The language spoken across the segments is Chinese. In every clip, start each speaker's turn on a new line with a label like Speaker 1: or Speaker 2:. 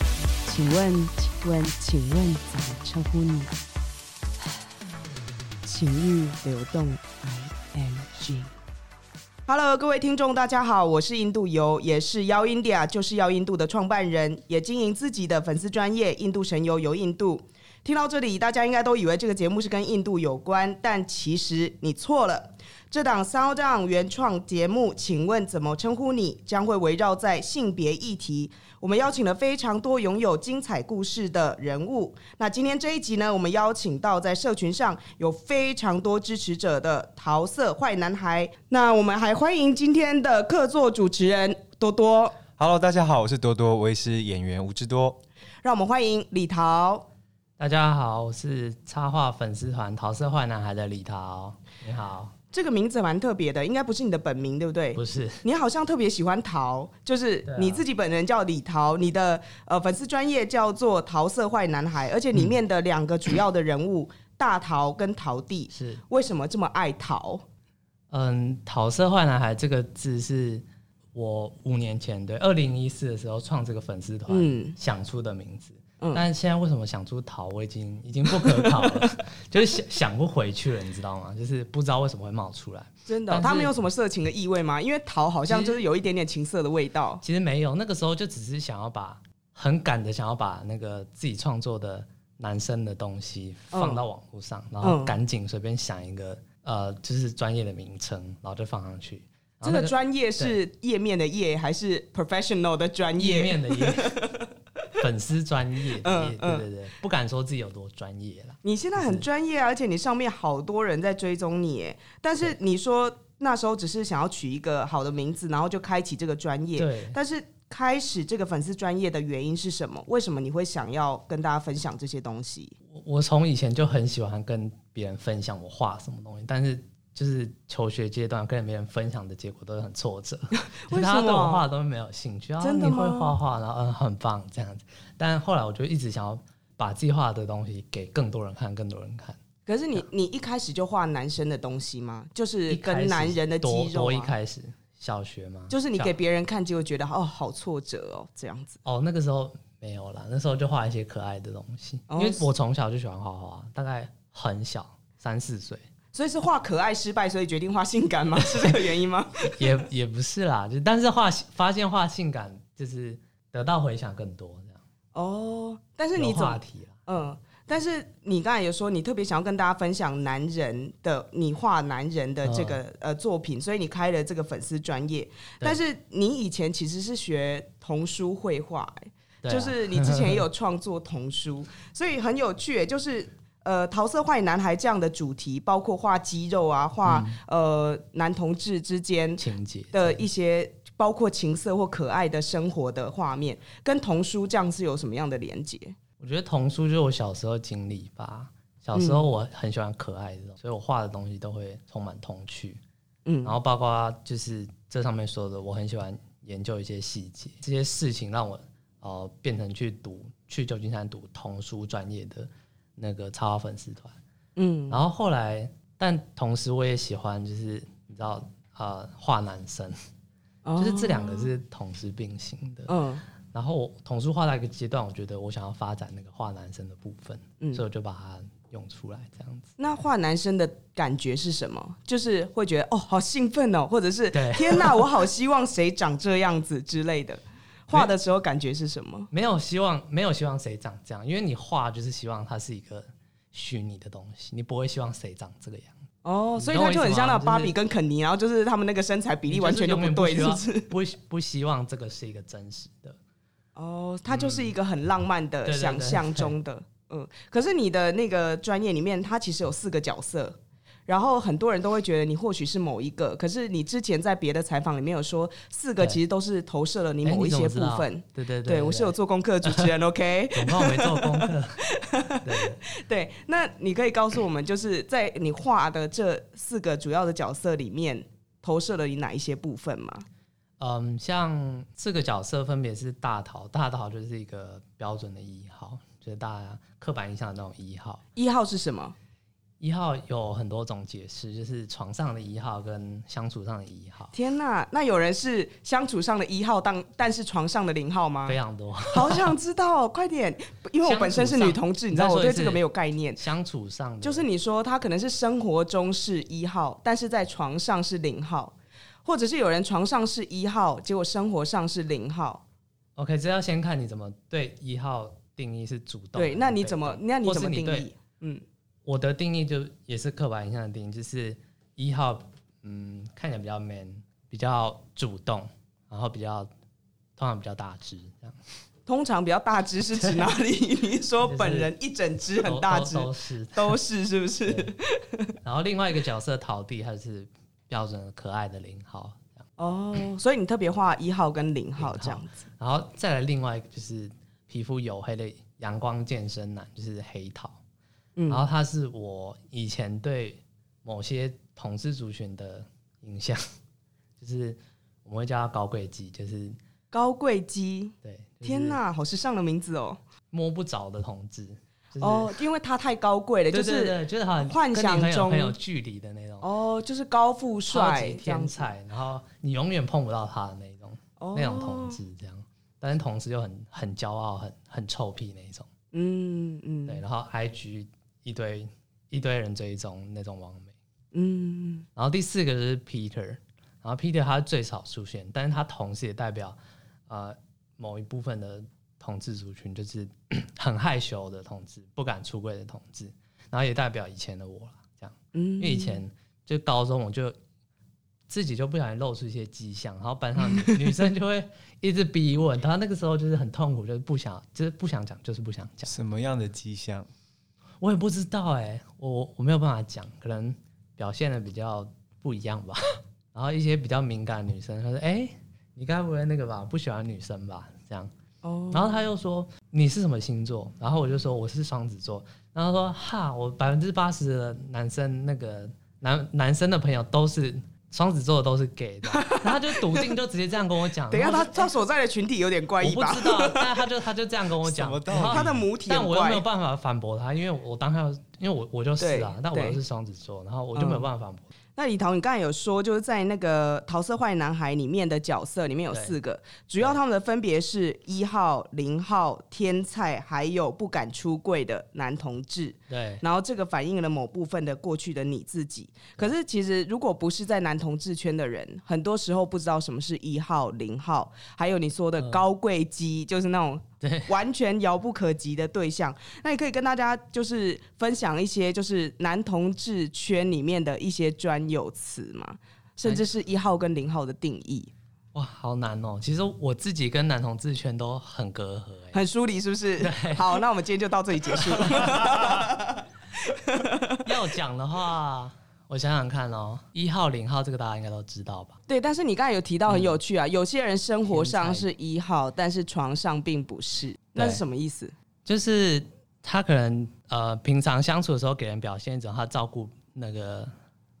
Speaker 1: 问，请问，请问怎么称呼你？情欲流动，I N G。
Speaker 2: Hello，各位听众，大家好，我是印度游，也是邀 India 就是要印度的创办人，也经营自己的粉丝专业印度神游游印度。听到这里，大家应该都以为这个节目是跟印度有关，但其实你错了。这档 Sound On 原创节目，请问怎么称呼你？将会围绕在性别议题。我们邀请了非常多拥有精彩故事的人物。那今天这一集呢，我们邀请到在社群上有非常多支持者的桃色坏男孩。那我们还欢迎今天的客座主持人多多，
Speaker 3: Hello，大家好，我是多多，我也是演员吴志多。
Speaker 2: 让我们欢迎李桃。
Speaker 4: 大家好，我是插画粉丝团桃色坏男孩的李桃。你好，
Speaker 2: 这个名字蛮特别的，应该不是你的本名，对不对？
Speaker 4: 不是
Speaker 2: 你好像特别喜欢桃，就是
Speaker 4: 对啊
Speaker 2: 你自己本人叫李桃，你的呃粉丝专业叫做桃色坏男孩，而且里面的两个主要的人物、大桃跟桃弟，
Speaker 4: 是，
Speaker 2: 为什么这么爱桃？
Speaker 4: 嗯，桃色坏男孩这个字是我五年前对二零一四的时候创这个粉丝团、
Speaker 2: 嗯
Speaker 4: 想出的名字。
Speaker 2: 嗯
Speaker 4: 但现在为什么想出桃，我已经已经不可考了， 就是想想不回去了，你知道吗？就是不知道为什么会冒出来。
Speaker 2: 真的哦、
Speaker 4: 但是
Speaker 2: 它没有什么色情的意味吗？因为桃好像就是有一点点情色的味道。
Speaker 4: 其实没有，那个时候就只是想要把很赶的想要把那个自己创作的男生的东西
Speaker 2: 嗯
Speaker 4: 放到网络上，然后赶紧随便想一个呃，就是专业的名称，然后就放上去。
Speaker 2: 真
Speaker 4: 然后
Speaker 2: 的
Speaker 4: 啊那个
Speaker 2: 专业是页面的页，还是 professional 的专
Speaker 4: 页
Speaker 2: 业？
Speaker 4: 面的页， 粉丝专业的
Speaker 2: 嗯
Speaker 4: 页，
Speaker 2: 嗯
Speaker 4: 对对对，不敢说自己有多专业啦。
Speaker 2: 你现在很专业啊，而且你上面好多人在追踪你耶。但是你说那时候只是想要取一个好的名字，然后就开启这个专业。
Speaker 4: 对，
Speaker 2: 但是开始这个粉丝专业的原因是什么？为什么你会想要跟大家分享这些东西？
Speaker 4: 我我从以前就很喜欢跟别人分享我画什么东西，但是。就是求学阶段跟别人分享的结果都是很 挫折，
Speaker 2: 为什么
Speaker 4: 大家对我画的都没有兴趣，然后
Speaker 2: 真的
Speaker 4: 你
Speaker 2: 吗
Speaker 4: 会画画，然后嗯很棒这样子。但后来我就一直想要把自己画的东西给更多人看，更多人看。
Speaker 2: 可是你你一开始就画男生的东西吗？就是
Speaker 4: 嗯一开
Speaker 2: 跟
Speaker 4: 始
Speaker 2: 男人的肌
Speaker 4: 多
Speaker 2: 肉
Speaker 4: 多一
Speaker 2: 吗？
Speaker 4: 开始小学嘛，
Speaker 2: 就是你
Speaker 4: 小
Speaker 2: 给别人看，结果觉得哦，好挫折哦，这样子。
Speaker 4: 哦，那个时候没有啦，那时候就画一些可爱的东西，
Speaker 2: 哦
Speaker 4: 因为我从小就喜欢画画，大概很小三四岁，
Speaker 2: 所以是画可爱失败，所以决定画性感 吗？是这个原因吗？
Speaker 4: 也也不是啦，就但是画发现画性感就是得到回响更多这样，
Speaker 2: 哦，但是你
Speaker 4: 有
Speaker 2: 怎么
Speaker 4: 话题啦，
Speaker 2: 嗯？但是你刚才也说，你特别想要跟大家分享男人的，你画男人的这
Speaker 4: 嗯
Speaker 2: 个、呃作品，所以你开了这个粉丝专业。但是你以前其实是学童书绘画、欸
Speaker 4: 对啊
Speaker 2: 就是你之前也有创作童 书，所以很有趣耶，就是。呃，桃色坏男孩这样的主题，包括画肌肉啊，画、
Speaker 4: 嗯
Speaker 2: 呃男同志之间
Speaker 4: 啊情节
Speaker 2: 的一些，包括情色或可爱的生活的画面，跟童书这样是有什么样的连接？
Speaker 4: 我觉得童书就是我小时候经历吧。小时
Speaker 2: 嗯
Speaker 4: 候我很喜欢可爱的，所以我画的东西都会充满童趣。
Speaker 2: 嗯
Speaker 4: 然后包括就是这上面说的，我很喜欢研究一些细节，这些事情让我呃变成去读去旧金山读童书专业的那个插画粉丝团。
Speaker 2: 嗯，
Speaker 4: 然后后来，但同时我也喜欢就是你知道呃画男生，就是这两个是同时并行的。
Speaker 2: 哦，
Speaker 4: 然后我童书画到一个阶段，我觉得我想要发展那个画男生的部分，
Speaker 2: 嗯
Speaker 4: 所以我就把它用出来这样子。
Speaker 2: 那画男生的感觉是什么？就是会觉得哦，好兴奋哦，或者是
Speaker 4: 对
Speaker 2: 天哪，我好希望谁长这样子之类的。画的时候感觉是什么？
Speaker 4: 没有希望，没有希望谁长这样，因为你画就是希望它是一个虚拟的东西，你不会希望谁长这个样。
Speaker 2: 哦，所以
Speaker 4: 嗯懂
Speaker 2: 他
Speaker 4: 我意
Speaker 2: 就
Speaker 4: 思
Speaker 2: 很像那
Speaker 4: 吗
Speaker 2: 个芭
Speaker 4: 就是
Speaker 2: 比跟肯尼，然后就是他们那个身材比例完全就
Speaker 4: 你就是永
Speaker 2: 对，
Speaker 4: 远
Speaker 2: 是
Speaker 4: 不
Speaker 2: 不
Speaker 4: 希
Speaker 2: 是？
Speaker 4: 望不不希望这个是一个真实的。
Speaker 2: 哦，它就是一个很浪漫
Speaker 4: 嗯
Speaker 2: 的
Speaker 4: 对对对
Speaker 2: 想象中 的，嗯。可是你的那个专业里面，它其实有四个角色，然后很多人都会觉得你或许是某一个，可是你之前在别的采访里面有说，四个
Speaker 4: 对
Speaker 2: 其实都是投射了你
Speaker 4: 哎
Speaker 2: 某一
Speaker 4: 怎
Speaker 2: 些
Speaker 4: 么
Speaker 2: 部
Speaker 4: 知道
Speaker 2: 分。
Speaker 4: 对对对
Speaker 2: 对，我是有，做功课，的主持 人，OK？
Speaker 4: 总共没做功课。对，
Speaker 2: 对，那你可以告诉我们，就是在你画的这四个主要的角色里面，投射了你哪一些部分吗？
Speaker 4: 嗯，像四个角色分别是大桃，大桃就是一个标准的一号，就是大家刻板印象的那种一号。
Speaker 2: 一号是什么？
Speaker 4: 一号有很多种解释，就是床上的一号跟相处上的一号，
Speaker 2: 天哪，那有人是相处上的一号，但但是床上的零号吗
Speaker 4: 非？常多。
Speaker 2: 好想知 道，快点，因为我本身是女同志，你知道
Speaker 4: 你再
Speaker 2: 我
Speaker 4: 说一次
Speaker 2: 对这个没有概念。
Speaker 4: 相处上的
Speaker 2: 就是你说他可能是生活中是一号，但是在床上是零号，或者是有人床上是一号，结果生活上是零号。
Speaker 4: OK，这要先看你怎么对一号定义是主动还是被
Speaker 2: 对，
Speaker 4: 动。
Speaker 2: 那你怎么？那你
Speaker 4: 或是
Speaker 2: 怎么
Speaker 4: 你
Speaker 2: 定
Speaker 4: 对
Speaker 2: 义？嗯，
Speaker 4: 我的定义就也是刻板印象的定义，就是一号，嗯，看起来比较 man，比较主动，然后比较通常比较大只，这样
Speaker 2: 通常比较大只是指哪 里？你说
Speaker 4: 就是
Speaker 2: 本人一整只很大
Speaker 4: 都
Speaker 2: 只
Speaker 4: 都都是。
Speaker 2: 都是是不是？
Speaker 4: 对然后另外一个角色陶弟，他是标准的可爱的零号，这样
Speaker 2: 哦，所以你特别画一号跟零号
Speaker 4: 0号
Speaker 2: 这样子。
Speaker 4: 然后再来另外一个就是皮肤黝黑的阳光健身男，就是黑桃。然
Speaker 2: 嗯，
Speaker 4: 后他是我以前对某些同事族群的影响，就是我们会叫他高贵鸡，就是
Speaker 2: 高贵鸡，
Speaker 4: 对，就是
Speaker 2: 天哪，好时尚的名字哦。
Speaker 4: 摸不着的同志，就是、
Speaker 2: 哦，因为它太高贵了，
Speaker 4: 对，
Speaker 2: 就
Speaker 4: 对对
Speaker 2: 是
Speaker 4: 对，就是好像
Speaker 2: 幻想
Speaker 4: 跟你很有
Speaker 2: 中
Speaker 4: 很有距离的那种，
Speaker 2: 哦，就是高富
Speaker 4: 超
Speaker 2: 帅
Speaker 4: 级
Speaker 2: 这样
Speaker 4: 天
Speaker 2: 子。
Speaker 4: 才，然后你永远碰不到他的那种、
Speaker 2: 哦
Speaker 4: 那种同志这样，但是同时又很很骄傲，很很臭屁那一种，
Speaker 2: 嗯嗯，
Speaker 4: 对，然后 IG 一堆一堆人追踪那种网美。
Speaker 2: 嗯，
Speaker 4: 然后第四个就是 Peter，然后 Peter 他最少出现，但是他同时也代表呃某一部分的同志族群，就是 很害羞的同志，不敢出柜的同志，然后也代表以前的我啦，这样，
Speaker 2: 嗯
Speaker 4: 因为以前就高中我就。自己就不小心露出一些迹象，然后班上女女生就会一直逼问，他那个时候就是很痛苦，就是不想，就是不想讲，就是不想讲。
Speaker 3: 什么样的迹象？
Speaker 4: 我也不知道哎、我我没有办法讲，可能表现的比较不一样吧。 然后一些比较敏感的女生，她说：“哎、你该不会那个吧？不喜欢女生吧？”这样，
Speaker 2: 哦，
Speaker 4: 然后她又说：“你是什么星座？”然后我就说：“我是双子座。”然后她说：“哈，我百分之八十的男生那个男男生的朋友都是双子座的，都是 gay 的。” 然后她就笃定就直接这样跟我 讲。
Speaker 2: 等一下，
Speaker 4: 然后
Speaker 2: 他他所在的群体有点怪
Speaker 4: 我
Speaker 2: 异
Speaker 4: 不
Speaker 2: 吧？
Speaker 4: 知道，但她就她就这样跟我讲
Speaker 3: 什么，道
Speaker 4: 然后
Speaker 3: 理
Speaker 2: 他的母体
Speaker 4: 但
Speaker 2: 很
Speaker 4: 我又没有
Speaker 2: 怪，
Speaker 4: 办法反驳他，因为我当下因为我我就是啊
Speaker 2: 对，
Speaker 4: 但我又
Speaker 2: 对
Speaker 4: 是双子座，然后我就没有办法反驳。
Speaker 2: 那李桃，你刚才有说，就是在那个《桃色坏男孩》里面的角色里面有四个，主要他们的分别是一号、零号、天菜，还有不敢出柜的男同志。
Speaker 4: 对
Speaker 2: 然后这个反映了某部分的过去的你自己。可是其实如果不是在男同志圈的人，很多时候不知道什么是一号、零号，还有你说的高贵鸡，就是那种
Speaker 4: 嗯 对
Speaker 2: 完全遥不可及的对象。那你可以跟大家就是分享一些就是男同志圈里面的一些专有词嘛，甚至是一号跟零号的定义，
Speaker 4: 哇，好难哦！其实我自己跟男同志圈都很隔阂哎、
Speaker 2: 很疏离是不是？好，那我们今天就到这里结 束。
Speaker 4: 要讲的 话，我想想看哦，一号、零号这个大家应该都知道吧？
Speaker 2: 对，但是你刚才有提
Speaker 4: 嗯
Speaker 2: 到很有趣啊，有些人生活上是一号，但是床上并不是，那是什么意思？
Speaker 4: 就是他可能呃平常相处的时候给人表现一种他照顾那个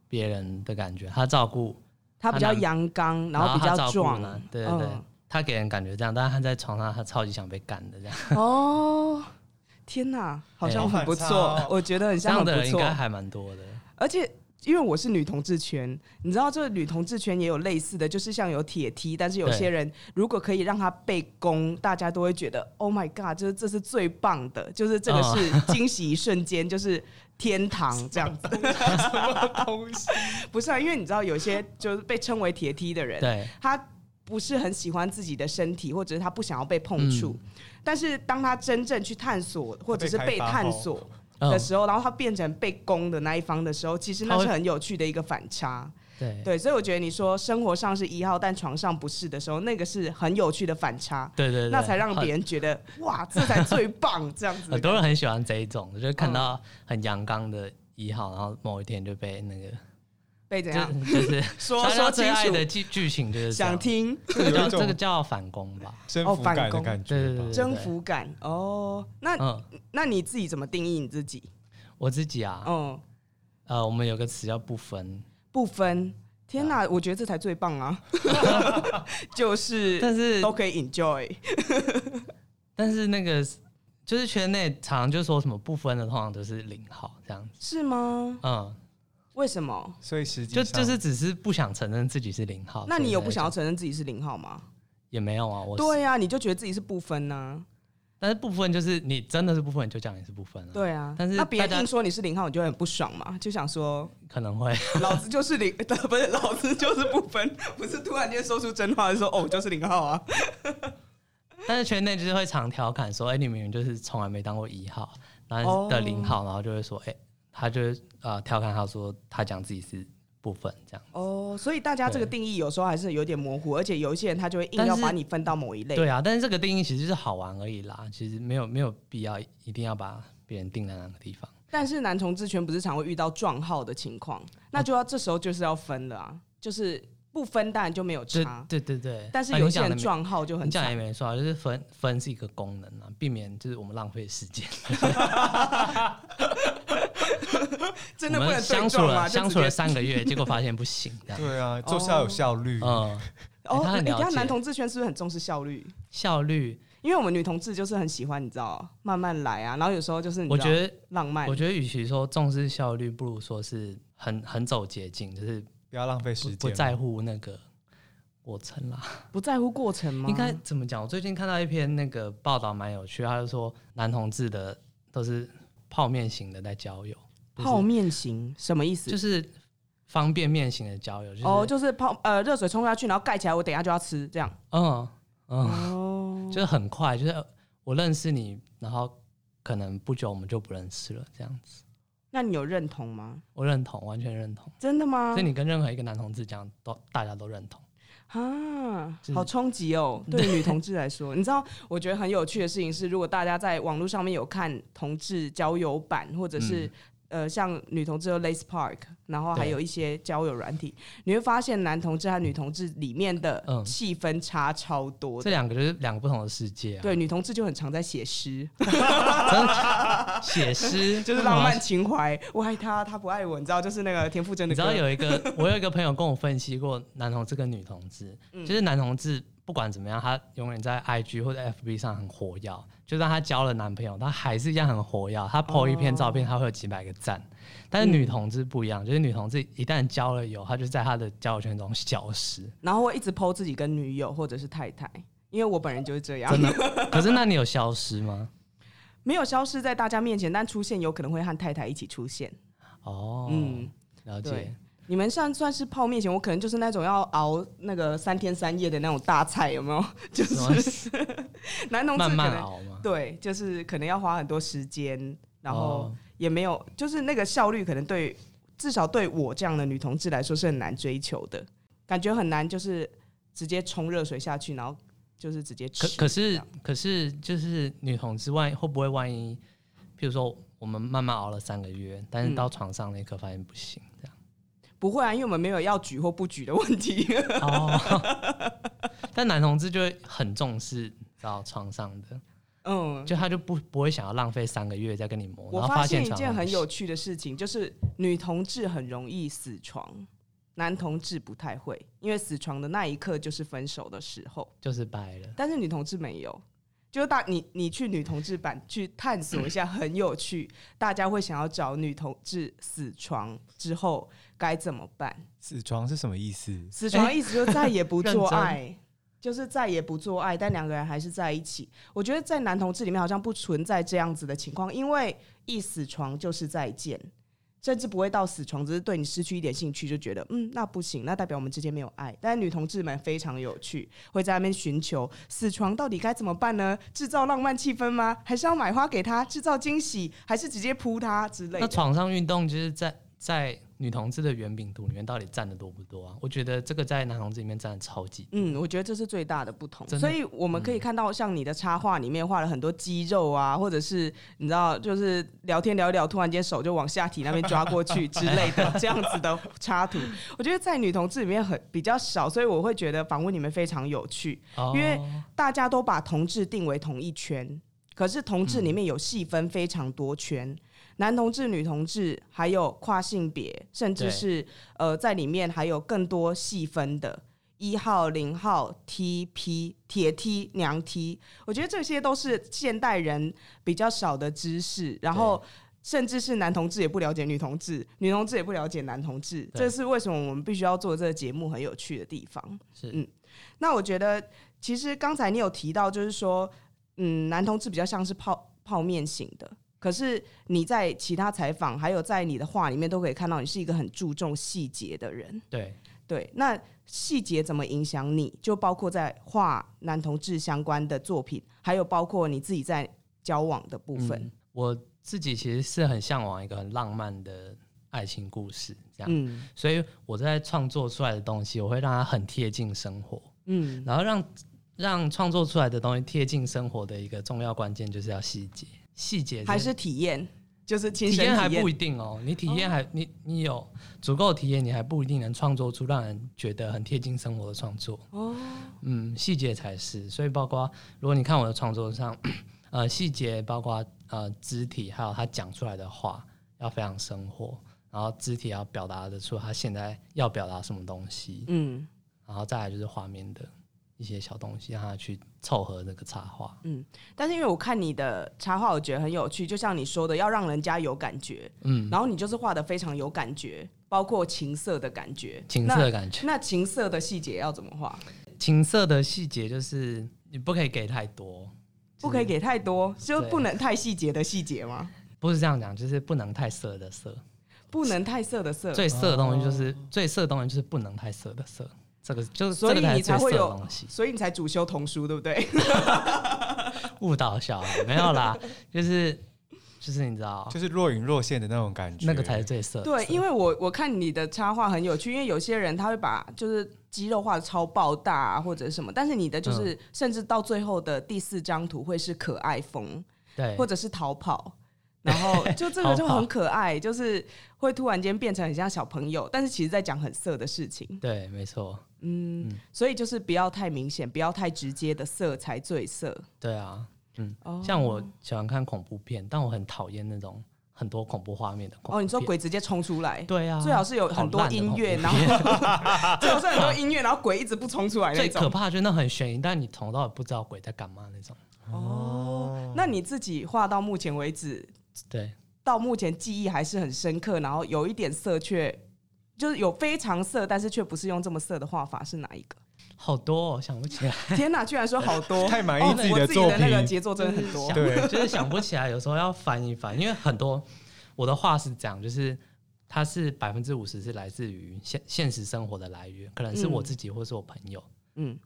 Speaker 4: 别人的感觉，他照顾
Speaker 2: 他比较
Speaker 4: 他男
Speaker 2: 阳刚，
Speaker 4: 后
Speaker 2: 后比
Speaker 4: 他
Speaker 2: 较
Speaker 4: 照顾
Speaker 2: 壮
Speaker 4: 人，对对对，
Speaker 2: 嗯
Speaker 4: 他给人感觉这样，但是他在床上他超级想被干的这样，
Speaker 2: 哦，天哪，好像很不
Speaker 3: 哎好
Speaker 2: 错
Speaker 3: 反差哦，
Speaker 2: 我觉得很
Speaker 4: 这
Speaker 2: 像
Speaker 4: 样
Speaker 2: 很
Speaker 4: 的
Speaker 2: 不
Speaker 4: 人应
Speaker 2: 错，
Speaker 4: 该还蛮多的。
Speaker 2: 而且。因为我是女同志圈，你知道这女同志圈也有类似的，就是像有铁梯，但是有
Speaker 4: 对
Speaker 2: 些人如果可以让他被攻，大家都会觉得 Oh my God，就是这是最棒的，就是这个
Speaker 4: 哦
Speaker 2: 是惊喜一瞬间，就是天堂 这样子。
Speaker 3: 什么东西？
Speaker 2: 不是啊，因为你知道有些就是被称为铁梯的人，
Speaker 4: 对，
Speaker 2: 他不是很喜欢自己的身体，或者是他不想要被碰触。
Speaker 3: 嗯
Speaker 2: 但是当他真正去探索，或者是被探索
Speaker 4: 嗯
Speaker 2: 的时候，然后他变成被攻的那一方的时候，其实那
Speaker 4: 他
Speaker 2: 是
Speaker 4: 会
Speaker 2: 很有趣的一个反差。
Speaker 4: 对
Speaker 2: 对，所以我觉得你说生活上是一号，但床上不是的时候，那个是很有趣的反差，
Speaker 4: 对对对，
Speaker 2: 那才让别
Speaker 4: 人
Speaker 2: 人觉得哇，这才最棒这样子的
Speaker 4: 很
Speaker 2: 感觉。
Speaker 4: 多人很喜欢这一种，就是看到很阳刚的一
Speaker 2: 嗯
Speaker 4: 号，然后某一天就被那个
Speaker 2: 被怎样
Speaker 4: 就就是
Speaker 2: 啊说
Speaker 4: 大
Speaker 2: 说
Speaker 4: 家
Speaker 2: 清
Speaker 4: 最爱的
Speaker 2: 楚？
Speaker 4: 剧剧情就是这样
Speaker 2: 想，听
Speaker 4: 这个
Speaker 3: 有
Speaker 4: 叫
Speaker 3: 一
Speaker 4: 这个
Speaker 3: 种
Speaker 4: 叫反攻吧，
Speaker 3: 征
Speaker 2: 哦
Speaker 3: 服
Speaker 2: 反
Speaker 3: 感的
Speaker 2: 攻
Speaker 3: 感
Speaker 4: 对
Speaker 3: 觉
Speaker 4: 对
Speaker 3: 吧
Speaker 4: 对。
Speaker 2: 征服感哦。那
Speaker 4: 嗯，
Speaker 2: 那你自己怎么定义你自己？
Speaker 4: 我自己啊，
Speaker 2: 嗯，
Speaker 4: 呃，我们有个词叫不分，
Speaker 2: 不分。天
Speaker 4: 啊
Speaker 2: 哪，我觉得这才最棒 啊！就是
Speaker 4: 但是
Speaker 2: 都可以 enjoy。
Speaker 4: 但是那个就是圈内常常就说什么不分的，通常都是零号这样子。
Speaker 2: 是吗？
Speaker 4: 嗯，
Speaker 2: 为什么？
Speaker 3: 所以实际
Speaker 4: 就
Speaker 3: 上
Speaker 4: 就是只是不想承认自己是零号。
Speaker 2: 那你有不想要
Speaker 4: 哦所以才
Speaker 2: 承认自己是零号吗？
Speaker 4: 也没有啊？我
Speaker 2: 对
Speaker 4: 是，
Speaker 2: 呀、你就觉得自己是不分啊呐、
Speaker 4: 但是不分就是你真的是不分，你就讲你是不分啊。，
Speaker 2: 对啊。
Speaker 4: 但是
Speaker 2: 那别
Speaker 4: 大家
Speaker 2: 人硬说你是零号，你就会很不爽嘛，就想 说
Speaker 4: 可能会
Speaker 2: 老子就是零， 呃不是老子就是不分，不是突然间说出真话就说哦我就是零号啊。
Speaker 4: 但是圈内就是会常调侃说，哎、你明明就是从来没当过一号，然后你是的零
Speaker 2: 哦
Speaker 4: 号，然后就会说，哎、他就会呃调侃他说他讲自己是部分这样。
Speaker 2: 哦，所以大家这个
Speaker 4: 对
Speaker 2: 定义有时候还是有点模糊，而且有一些人他就会硬
Speaker 4: 但
Speaker 2: 要
Speaker 4: 是
Speaker 2: 把你分到某一类。
Speaker 4: 对啊，但是这个定义其实是好玩而已啦，其实没有没有必要一定要把别人定在哪个地方。
Speaker 2: 但是男同志圈不是常会遇到撞号的情况，
Speaker 4: 哦
Speaker 2: 那就要这时候就是要分了啊，就是不分当然就没有
Speaker 4: 对
Speaker 2: 差，
Speaker 4: 对对对，
Speaker 2: 但是
Speaker 4: 啊
Speaker 2: 有
Speaker 4: 你
Speaker 2: 些
Speaker 4: 讲
Speaker 2: 人
Speaker 4: 的没
Speaker 2: 撞号就很
Speaker 4: 你讲也
Speaker 2: 惨。
Speaker 4: 没错啊，就是分分是一个功能啊，避免就是我们浪费时 间。
Speaker 2: 真
Speaker 4: 我
Speaker 2: 的不能
Speaker 4: 们
Speaker 2: 对
Speaker 4: 相处
Speaker 2: 撞吗？
Speaker 4: 了
Speaker 2: 就
Speaker 4: 相
Speaker 2: 直
Speaker 4: 处
Speaker 2: 接
Speaker 4: 了三个月，结果发现不行， 这样。
Speaker 3: 对啊，做事要有效率。
Speaker 4: 嗯，
Speaker 2: 哦，
Speaker 4: 他
Speaker 2: 那
Speaker 4: 很
Speaker 2: 你
Speaker 4: 了
Speaker 2: 看
Speaker 4: 解
Speaker 2: 男同志圈是不是很重视效率？
Speaker 4: 效率，
Speaker 2: 因为我们女同志就是很喜欢，你知道，慢慢来啊。然后有时候就是你
Speaker 4: 我
Speaker 2: 知道
Speaker 4: 觉得，
Speaker 2: 浪漫
Speaker 4: 我，觉得与其说重视效率，不如说是很很走捷径，就是
Speaker 3: 不要浪费
Speaker 4: 不
Speaker 3: 时
Speaker 4: 不
Speaker 3: 间。
Speaker 4: 在乎那个过程啦。
Speaker 2: 不在乎过程吗？
Speaker 4: 应该怎么讲？我最近看到一篇那个报道蛮有趣，他就说男同志的都是泡面型的在交友，就是
Speaker 2: 泡面型什么意思？
Speaker 4: 就是方便面型的交友，就是、
Speaker 2: 哦，就是泡呃热水冲下去，然后盖起来，我等一下就要吃这样。
Speaker 4: 嗯嗯，
Speaker 2: 哦，
Speaker 4: 就是很快，就是呃我认识你，然后可能不久我们就不认识了，这样子。
Speaker 2: 那你有认同吗？
Speaker 4: 我认同，完全认同。
Speaker 2: 真的吗
Speaker 4: 所以？你跟任何一个男同志讲，都大家都认同。
Speaker 2: 啊，
Speaker 4: 就是
Speaker 2: 好冲击哦！对于女同志来说，你知道，我觉得很有趣的事情是，如果大家在网络上面有看同志交友版，或者是、
Speaker 4: 嗯
Speaker 2: 呃像女同志的 Lace Park，然后还
Speaker 4: 对
Speaker 2: 有一些交友软体，你会发现男同志和女同志里面的
Speaker 4: 嗯
Speaker 2: 气氛差超多
Speaker 4: 这
Speaker 2: 的。
Speaker 4: 两个就是两个不同的世界啊。
Speaker 2: 对，女同志就很常在写 诗，
Speaker 4: 真的写 诗
Speaker 2: 就是浪漫。情怀，我爱他，他不爱我，你知道，就是那个田馥甄的
Speaker 4: 你知
Speaker 2: 歌。
Speaker 4: 道有一个，我有一个朋友跟我分析过男同志跟女同 志，
Speaker 2: 嗯
Speaker 4: 就是男同志不管怎么样，他永远在 IG 或者 FB 上很活跃，就算他交了男朋友，他还是一样很活跃，他 po 一篇照
Speaker 2: 哦
Speaker 4: 片，他会有几百个赞。但是女同志不一样，就是女同志一旦交了友，她就在她的交友圈中消 失。
Speaker 2: 然后会一直 PO 自己跟女友或者是太太，因为我本人就是这样，
Speaker 4: 真的？可是那你有消失吗？
Speaker 2: 没有消失在大家面前，但出现有可能会和太太一起出现。
Speaker 4: 哦，
Speaker 2: 嗯，
Speaker 4: 了
Speaker 2: 对
Speaker 4: 解。
Speaker 2: 你们算算是泡面型，我可能就是那种要熬那个三天三夜的那种大菜，有没 有？就
Speaker 4: 什么
Speaker 2: 是男同志可
Speaker 4: 慢啊
Speaker 2: 能
Speaker 4: 慢熬嘛。
Speaker 2: 对，就是可能要花很多时间，然后
Speaker 4: 哦
Speaker 2: 也没有，就是那个效率可能对至少对我这样的女同志来说是很难追求的，感觉很难，就是直接冲热水下去，然后就是直接吃
Speaker 4: 可可
Speaker 2: 这
Speaker 4: 是
Speaker 2: 样
Speaker 4: 可是就是女同志万一会不会万一，譬如说我们慢慢熬了三个月，但是
Speaker 2: 嗯
Speaker 4: 到床上那一刻发现不行，这样。
Speaker 2: 不会啊，因为我们没有要举或不举的问题。
Speaker 4: 哦， 但男同志就会很重视到床上的，
Speaker 2: 嗯，
Speaker 4: 就他就不不会想要浪费三个月在跟你磨，然
Speaker 2: 我
Speaker 4: 后
Speaker 2: 发现
Speaker 4: 现
Speaker 2: 一
Speaker 4: 床
Speaker 2: 件
Speaker 4: 上
Speaker 2: 很
Speaker 4: 不
Speaker 2: 有
Speaker 4: 行
Speaker 2: 趣的事情，就是女同志很容易死床，男同志不太会，因为死床的那一刻就是分手的时候，
Speaker 4: 就是掰了。
Speaker 2: 但是女同志没有。就是大你你去女同志版去探索一下，很有趣，大家会想要找女同志死床之后该怎么办？
Speaker 3: 死床是什么意思？
Speaker 2: 死床的意思就是再也不
Speaker 4: 哎认
Speaker 2: 做
Speaker 4: 真
Speaker 2: 爱，就是再也不做爱，但两个人还是在一起。我觉得在男同志里面好像不存在这样子的情况，因为一死床就是再见，甚至不会到死床，只是对你失去一点兴趣，就觉得嗯，那不行，那代表我们之间没有爱。但是女同志们非常有趣，会在那边寻求死床到底该怎么办呢？制造浪漫气氛吗？还是要买花给他，制造惊喜，还是直接扑他之类
Speaker 4: 那
Speaker 2: 的？
Speaker 4: 床上运动就是在在女同志的圆饼图里面到底占的多不多啊？我觉得这个在男同志里面占的超级
Speaker 2: 嗯，我觉得这是最大的不同，
Speaker 4: 真的嗯
Speaker 2: 所以我们可以看到，像你的插画里面画了很多肌肉啊， 或者是你知道，就是聊天聊一聊，突然间手就往下体那边抓过去之类 的这样子的插图，我觉得在女同志里面很比较少，所以我会觉得访问你们非常有趣，
Speaker 4: 哦
Speaker 2: 因为大家都把同志定为同一圈，可是同志里面有细分非常多圈，男同志、女同志，还有跨性别，甚至
Speaker 4: 对
Speaker 2: 是呃在里面还有更多细分的。一号、零号、TP、铁梯、娘梯，我觉得这些都是现代人比较少的知识，然后。甚至是男同志也不了解女同志，女同志也不了解男同志，
Speaker 4: 对
Speaker 2: 这是为什么我们必须要做这个节目很有趣的地方。
Speaker 4: 是
Speaker 2: 嗯那我觉得，其实刚才你有提到，就是说，嗯，男同志比较像是泡泡面型的，可是你在其他采访，还有在你的话里面，都可以看到你是一个很注重细节的人。
Speaker 4: 对，
Speaker 2: 对，那细节怎么影响你？就包括在画男同志相关的作品，还有包括你自己在交往的部分
Speaker 4: 嗯。我自己其实是很向往一个很浪漫的爱情故事，这样，
Speaker 2: 嗯
Speaker 4: 所以我在创作出来的东西，我会让它很贴近生活，
Speaker 2: 嗯
Speaker 4: 然后让让创作出来的东西贴近生活的一个重要关键就是要细节，细节
Speaker 2: 还是体验，就是亲
Speaker 4: 体
Speaker 2: 身体
Speaker 4: 验
Speaker 2: 验
Speaker 4: 还不一定哦，你体验还、你你有足够的体验，你还不一定能创作出让人觉得很贴近生活的创作。
Speaker 2: 哦，
Speaker 4: 嗯，细节才是，所以包括如果你看我的创作上， 呃，细节包括呃肢体，还有他讲出来的话要非常生活，然后肢体要表达得出他现在要表达什么东西，
Speaker 2: 嗯
Speaker 4: 然后再来就是画面的一些小东西，让他去凑合这个插画。
Speaker 2: 嗯。但是因为我看你的插画，我觉得很有趣，就像你说的，要让人家有感觉，
Speaker 4: 嗯，
Speaker 2: 然后你就是画的非常有感觉，包括情色的感觉，
Speaker 4: 情色的感觉，
Speaker 2: 那。那情色的细节要怎么画？
Speaker 4: 情色的细节就是你不可以给太多，
Speaker 2: 不可以给太多，就
Speaker 4: 对
Speaker 2: 不能太细节的细节吗？
Speaker 4: 不是这样讲，就是不能太色的色。
Speaker 2: 不能太色的色。
Speaker 4: 最色的东西就是、最色的东西就是不能太色的色，这个就是
Speaker 2: 所以
Speaker 4: 这个
Speaker 2: 你才
Speaker 4: 才是
Speaker 2: 会
Speaker 4: 最色
Speaker 2: 有
Speaker 4: 的东西，
Speaker 2: 所以你才主修童书，对不对？
Speaker 4: 误导小孩没有啦，就是就是你知道
Speaker 3: 就是若隐若现的那种感觉，
Speaker 4: 哦那个才是 最色的
Speaker 2: 对，
Speaker 4: 色
Speaker 2: 因为我我看你的插画很有趣，因为有些人他会把就是肌肉画的超爆大、啊、或者什么，但是你的
Speaker 4: 嗯
Speaker 2: 就是甚至到最后的第四张图会是可爱风，
Speaker 4: 对
Speaker 2: 或者是逃跑，然 后就这个就很可爱，就是会突然间变成很像小朋友，但是其实在讲很色的事情，
Speaker 4: 对没错，
Speaker 2: 嗯，所以就是不要太明显，不要太直接的色才最色。
Speaker 4: 对啊，嗯，
Speaker 2: 哦
Speaker 4: 像我喜欢看恐怖片，但我很讨厌那种很多恐怖画面的恐怖片。
Speaker 2: 哦，你说鬼直接冲出来，
Speaker 4: 对啊，
Speaker 2: 最好是有很多
Speaker 4: 好烂的哦
Speaker 2: 音乐，
Speaker 4: 恐怖
Speaker 2: 然后 最好是很多音乐，然后鬼一直不冲出来那
Speaker 4: 最可
Speaker 2: 种。
Speaker 4: 怕就是那很悬疑，但你从头到尾不知道鬼在干嘛那种。
Speaker 2: 哦，那你自己画到目前为止，
Speaker 4: 对，
Speaker 2: 到目前记忆还是很深刻，然后有一点色却就是有非常色，但是却不是用这么色的画法是哪一个？
Speaker 4: 好多、哦、想不起来，
Speaker 2: 天哪，居然说好多，
Speaker 3: 太满意
Speaker 2: 哦
Speaker 3: 自己
Speaker 2: 我
Speaker 3: 的
Speaker 2: 自己
Speaker 3: 作
Speaker 2: 的那个
Speaker 3: 品
Speaker 2: 杰作真的很多
Speaker 4: 想。
Speaker 3: 对，
Speaker 4: 就是想不起来，有时候要翻一翻，因为很多我的话是这样，就是它是百分之五十是来自于现现实生活的来源，可能是我自己或是我朋友，
Speaker 2: 嗯，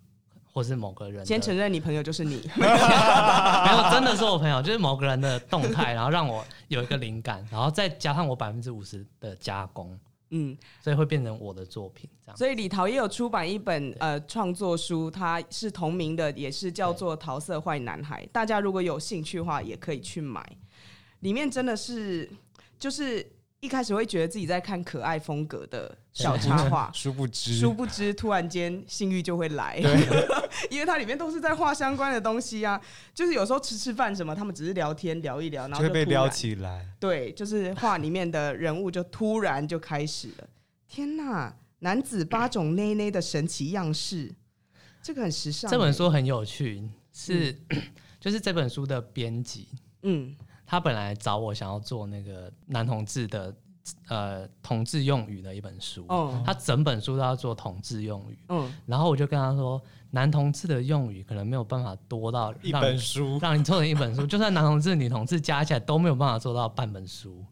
Speaker 4: 或是某个人的。
Speaker 2: 先承认你朋友就是你，
Speaker 4: 没有，真的是我朋友，就是某个人的动态，然后让我有一个灵感，然后再加上我百分之五十的加工，
Speaker 2: 嗯，
Speaker 4: 所以会变成我的作品这样。
Speaker 2: 所以李桃也有出版一本呃创作书，它是同名的，也是叫做《桃色坏男孩》。大家如果有兴趣的话，也可以去买。里面真的是，就是一开始会觉得自己在看可爱风格的小插画
Speaker 3: 殊不知，
Speaker 2: 殊不知突然间性欲就会来， 因为它里面都是在画相关的东西啊。就是有时候吃吃饭什么，他们只是聊天聊一聊，然
Speaker 3: 就
Speaker 2: 后
Speaker 3: 会
Speaker 2: 就
Speaker 3: 被
Speaker 2: 突然
Speaker 3: 撩起来。
Speaker 2: 对，就是画里面的人物就突然就开始了。天哪，男子八种 内内的神奇样式，这个很时尚欸。
Speaker 4: 这本书很有趣，是、 就是这本书的编辑，
Speaker 2: 嗯，
Speaker 4: 他本来找我想要做那个男同志的呃同志用语的一本书，
Speaker 2: 哦，
Speaker 4: 他整本书都要做同志用语，
Speaker 2: 嗯，
Speaker 4: 然后我就跟他说，男同志的用语可能没有办法多到
Speaker 3: 一
Speaker 4: 让
Speaker 3: 本
Speaker 4: 你
Speaker 3: 书，
Speaker 4: 让你做成一本书，就算男同志、女同志加起来都没有办法做到半本书。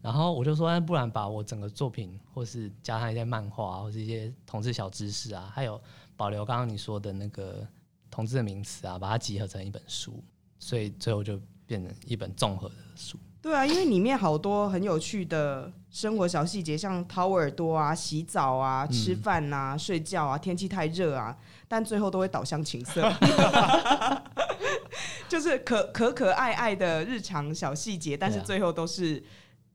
Speaker 4: 然后我就说，那不然把我整个作品，或是加上一些漫画、啊，或是一些同志小知识啊，还有保留刚刚你说的那个同志的名词啊，把它集合成一本书，所以最后就变成一本综合的书。
Speaker 2: 对啊，因为里面好多很有趣的生活小细节，像掏耳朵啊、洗澡啊、吃饭啊、睡觉啊、天气太热啊，但最后都会导向情色， 就是可可可爱爱的日常小细节，但是
Speaker 4: 对啊
Speaker 2: 最后都是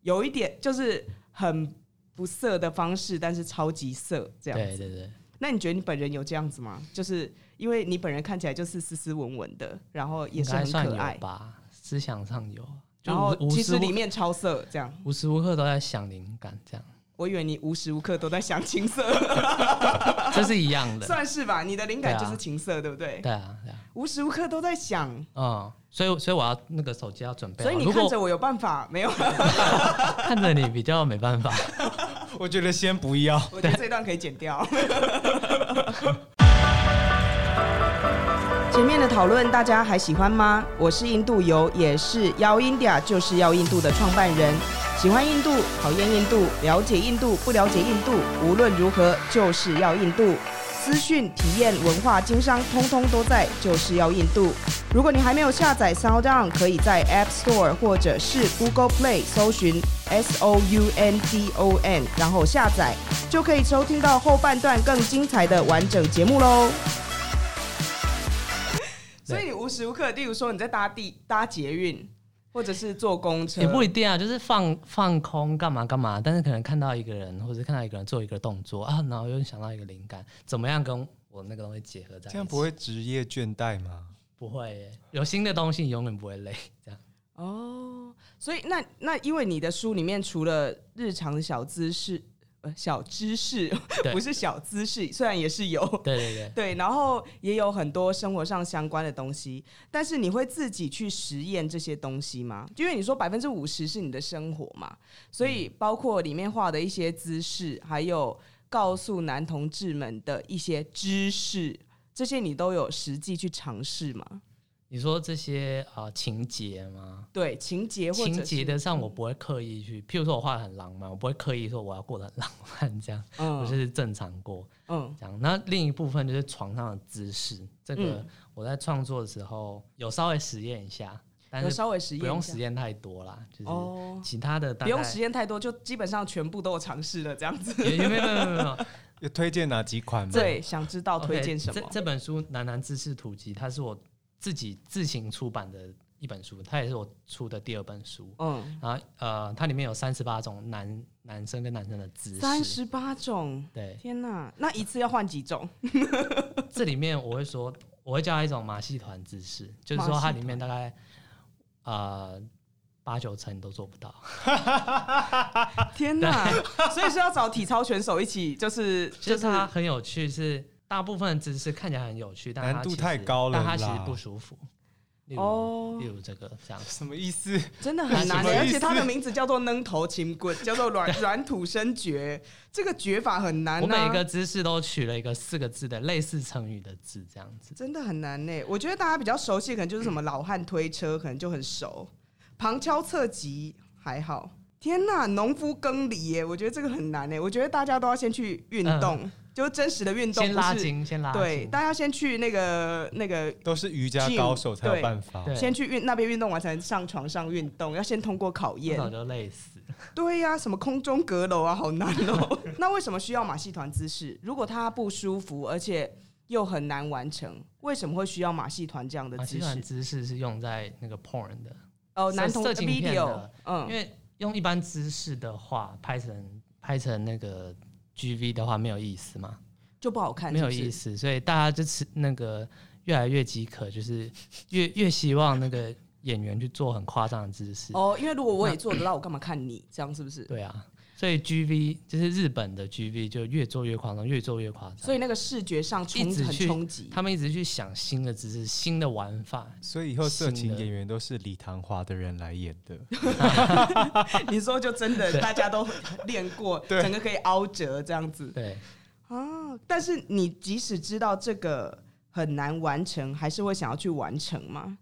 Speaker 2: 有一点就是很不色的方式，但是超级色这样
Speaker 4: 对
Speaker 2: 子。
Speaker 4: 对对，
Speaker 2: 那你觉得你本人有这样子吗？就是因为你本人看起来就是斯斯文文的，然后也
Speaker 4: 应
Speaker 2: 是
Speaker 4: 该
Speaker 2: 很
Speaker 4: 算
Speaker 2: 可
Speaker 4: 有
Speaker 2: 爱，
Speaker 4: 吧，思想上有啊，就
Speaker 2: 然后
Speaker 4: 无无
Speaker 2: 其
Speaker 4: 时
Speaker 2: 实里
Speaker 4: 无
Speaker 2: 面超色这样。
Speaker 4: 无时无刻都在想灵感这样。
Speaker 2: 我以为你无时无刻都在想情色，
Speaker 4: 这是一样 的。
Speaker 2: 算是吧？你的灵感
Speaker 4: 对
Speaker 2: 就
Speaker 4: 啊
Speaker 2: 是情色，对不对？
Speaker 4: 对啊，对啊，
Speaker 2: 无时无刻都在想，
Speaker 4: 嗯，所以所以我要那个手机要准备好。
Speaker 2: 所以你
Speaker 4: 如
Speaker 2: 看
Speaker 4: 果
Speaker 2: 着我有办法没有？
Speaker 4: 看着你比较没办 法。
Speaker 3: 我觉得先不要。
Speaker 2: 我觉得这段可以剪 掉。前面的讨论大家还喜欢吗？我是印度游，也是要 India 就是要印度的创办人。喜欢印度，讨厌印度，了解印度，不了解印度，无论如何就是要印度。资讯、体验、文化、经商，通通都在，就是要印度。如果你还没有下载 SoundOn，可以在 App Store 或者是 Google Play 搜寻 S O U N D O N，然后下载，就可以收听到后半段更精彩的完整节目喽。
Speaker 4: 对
Speaker 2: 所以你无时无刻，例如说你在搭地搭捷运，或者是坐公车，
Speaker 4: 也不一定啊，就是放放空干嘛干嘛，但是可能看到一个人，或者是看到一个人做一个动作啊，然后又想到一个灵感，怎么样跟我那个东西结合在一起？
Speaker 3: 这样不会职业倦怠吗？
Speaker 4: 不会耶，有新的东西你永远不会累。 这样
Speaker 2: 哦，所以那那因为你的书里面除了日常的小知识，呃，小知识
Speaker 4: 对
Speaker 2: 不是小姿势，虽然也是有。
Speaker 4: 对对 对，
Speaker 2: 对，然后也有很多生活上相关的东西，但是你会自己去实验这些东西吗？因为你说百分之五十是你的生活嘛，所以包括里面画的一些姿势，还有告诉男同志们的一些知识，这些你都有实际去尝试吗？
Speaker 4: 你说这些啊、呃情节吗？
Speaker 2: 对，情节或者
Speaker 4: 情节
Speaker 2: 是嗯
Speaker 4: 的上我不会刻意去，譬如说我画的很浪漫，我不会刻意说我要过得很浪漫这样，我
Speaker 2: 嗯
Speaker 4: 就是正常过
Speaker 2: 嗯
Speaker 4: 这样。那另一部分就是床上的姿势，这个
Speaker 2: 嗯
Speaker 4: 我在创作的时候有稍微实验一下，但
Speaker 2: 有
Speaker 4: 是
Speaker 2: 稍微实验
Speaker 4: 不用实
Speaker 2: 验
Speaker 4: 验太多啦，就是
Speaker 2: 哦，
Speaker 4: 其他的大
Speaker 2: 不
Speaker 4: 概
Speaker 2: 用实验太多，就基本上全部都有尝试了这样 子。
Speaker 4: 也也没有没有没有没 有，
Speaker 3: 有推荐哪几款吗？
Speaker 2: 对，想知道推荐什
Speaker 4: OK，
Speaker 2: 么
Speaker 4: 这？这本书《男男知识图集》，它是我自己自行出版的一本书，它也是我出的第二本书。
Speaker 2: 嗯，
Speaker 4: 然后呃，它里面有三十八种男男生跟男生的姿势。
Speaker 2: 三十八种，
Speaker 4: 对，
Speaker 2: 天哪！那一次要换几种？
Speaker 4: 这里面我会说，我会叫它一种马戏团姿势，就是
Speaker 2: 马
Speaker 4: 说
Speaker 2: 戏
Speaker 4: 它
Speaker 2: 团
Speaker 4: 里面大概呃八九成你都做不到。
Speaker 2: 天哪！所以是要找体操选手一起，就是就
Speaker 4: 就
Speaker 2: 是是
Speaker 4: 它很有趣是，大部分的姿势看起来很有趣，但它
Speaker 3: 难度
Speaker 4: 其实
Speaker 3: 太高了
Speaker 4: 但它其实
Speaker 3: 啦
Speaker 4: 不舒服。例如、
Speaker 2: 哦
Speaker 4: 例，如这个这样。
Speaker 3: 什么意思？
Speaker 2: 真的很难
Speaker 3: 什么意
Speaker 2: 耶，
Speaker 3: 思
Speaker 2: 而且它的名字叫做扔头轻棍，叫做软软土生绝，这个绝法很难啊
Speaker 4: 我
Speaker 2: 呐
Speaker 4: 每一个姿势都取了一个四个字的类似成语的字，这样子。
Speaker 2: 真的很难呢。我觉得大家比较熟悉，可能就是什么老汉推车，可能就很熟。旁敲侧击还好。天呐，农夫耕犁耶，我觉得这个很难呢。我觉得大家都要先去运动，就是真实的运动，
Speaker 4: 嗯先拉
Speaker 2: 不是
Speaker 4: 筋，先拉筋。
Speaker 2: 对，大家先去那个那个，
Speaker 3: 都是瑜伽
Speaker 2: Gym，
Speaker 3: 高手才有
Speaker 2: 对
Speaker 3: 办法。
Speaker 4: 对
Speaker 2: 先去运那边运动完才能上床上运动，要先通过考
Speaker 4: 我
Speaker 2: 验
Speaker 4: 早。就累死。
Speaker 2: 对呀、什么空中阁楼啊，好难哦、 那为什么需要马戏团姿势？如果它不舒服，而且又很难完成，为什么会需要马戏团这样的
Speaker 4: 马戏
Speaker 2: 姿
Speaker 4: 团
Speaker 2: 势？
Speaker 4: 姿势是用在那个 porn 的，
Speaker 2: 哦，
Speaker 4: 色
Speaker 2: 男同
Speaker 4: 色情片
Speaker 2: video，
Speaker 4: 的因
Speaker 2: 嗯，
Speaker 4: 为用一般姿势的话，拍成拍成那个 GV 的话没有意思嘛，
Speaker 2: 就不好看，
Speaker 4: 没
Speaker 2: 是
Speaker 4: 有
Speaker 2: 不是
Speaker 4: 意。思，所以大家就是那个越来越饥渴，就是越越希望那个演员去做很夸张的姿势。
Speaker 2: 哦，因为如果我也做得到，我干嘛看你？这样是不是？
Speaker 4: 对啊，所以 GV 就是日本的 GV 就越做越夸张，越做越夸张。
Speaker 2: 所以那个视觉上冲
Speaker 4: 一直
Speaker 2: 很
Speaker 4: 去
Speaker 2: 冲击。
Speaker 4: 他们一直去想新的姿势、新的玩法。
Speaker 2: 嗯
Speaker 3: 所以以后色
Speaker 4: 新
Speaker 3: 情
Speaker 4: 的
Speaker 3: 演员都是李唐华的人来演 的，
Speaker 2: 你说就真的
Speaker 4: 对
Speaker 2: 大家都练过，
Speaker 3: 对
Speaker 2: 整个可以凹折这样子
Speaker 4: 对，
Speaker 2: 啊。但是你即使知道这个很难完成，还是会想要去完成吗？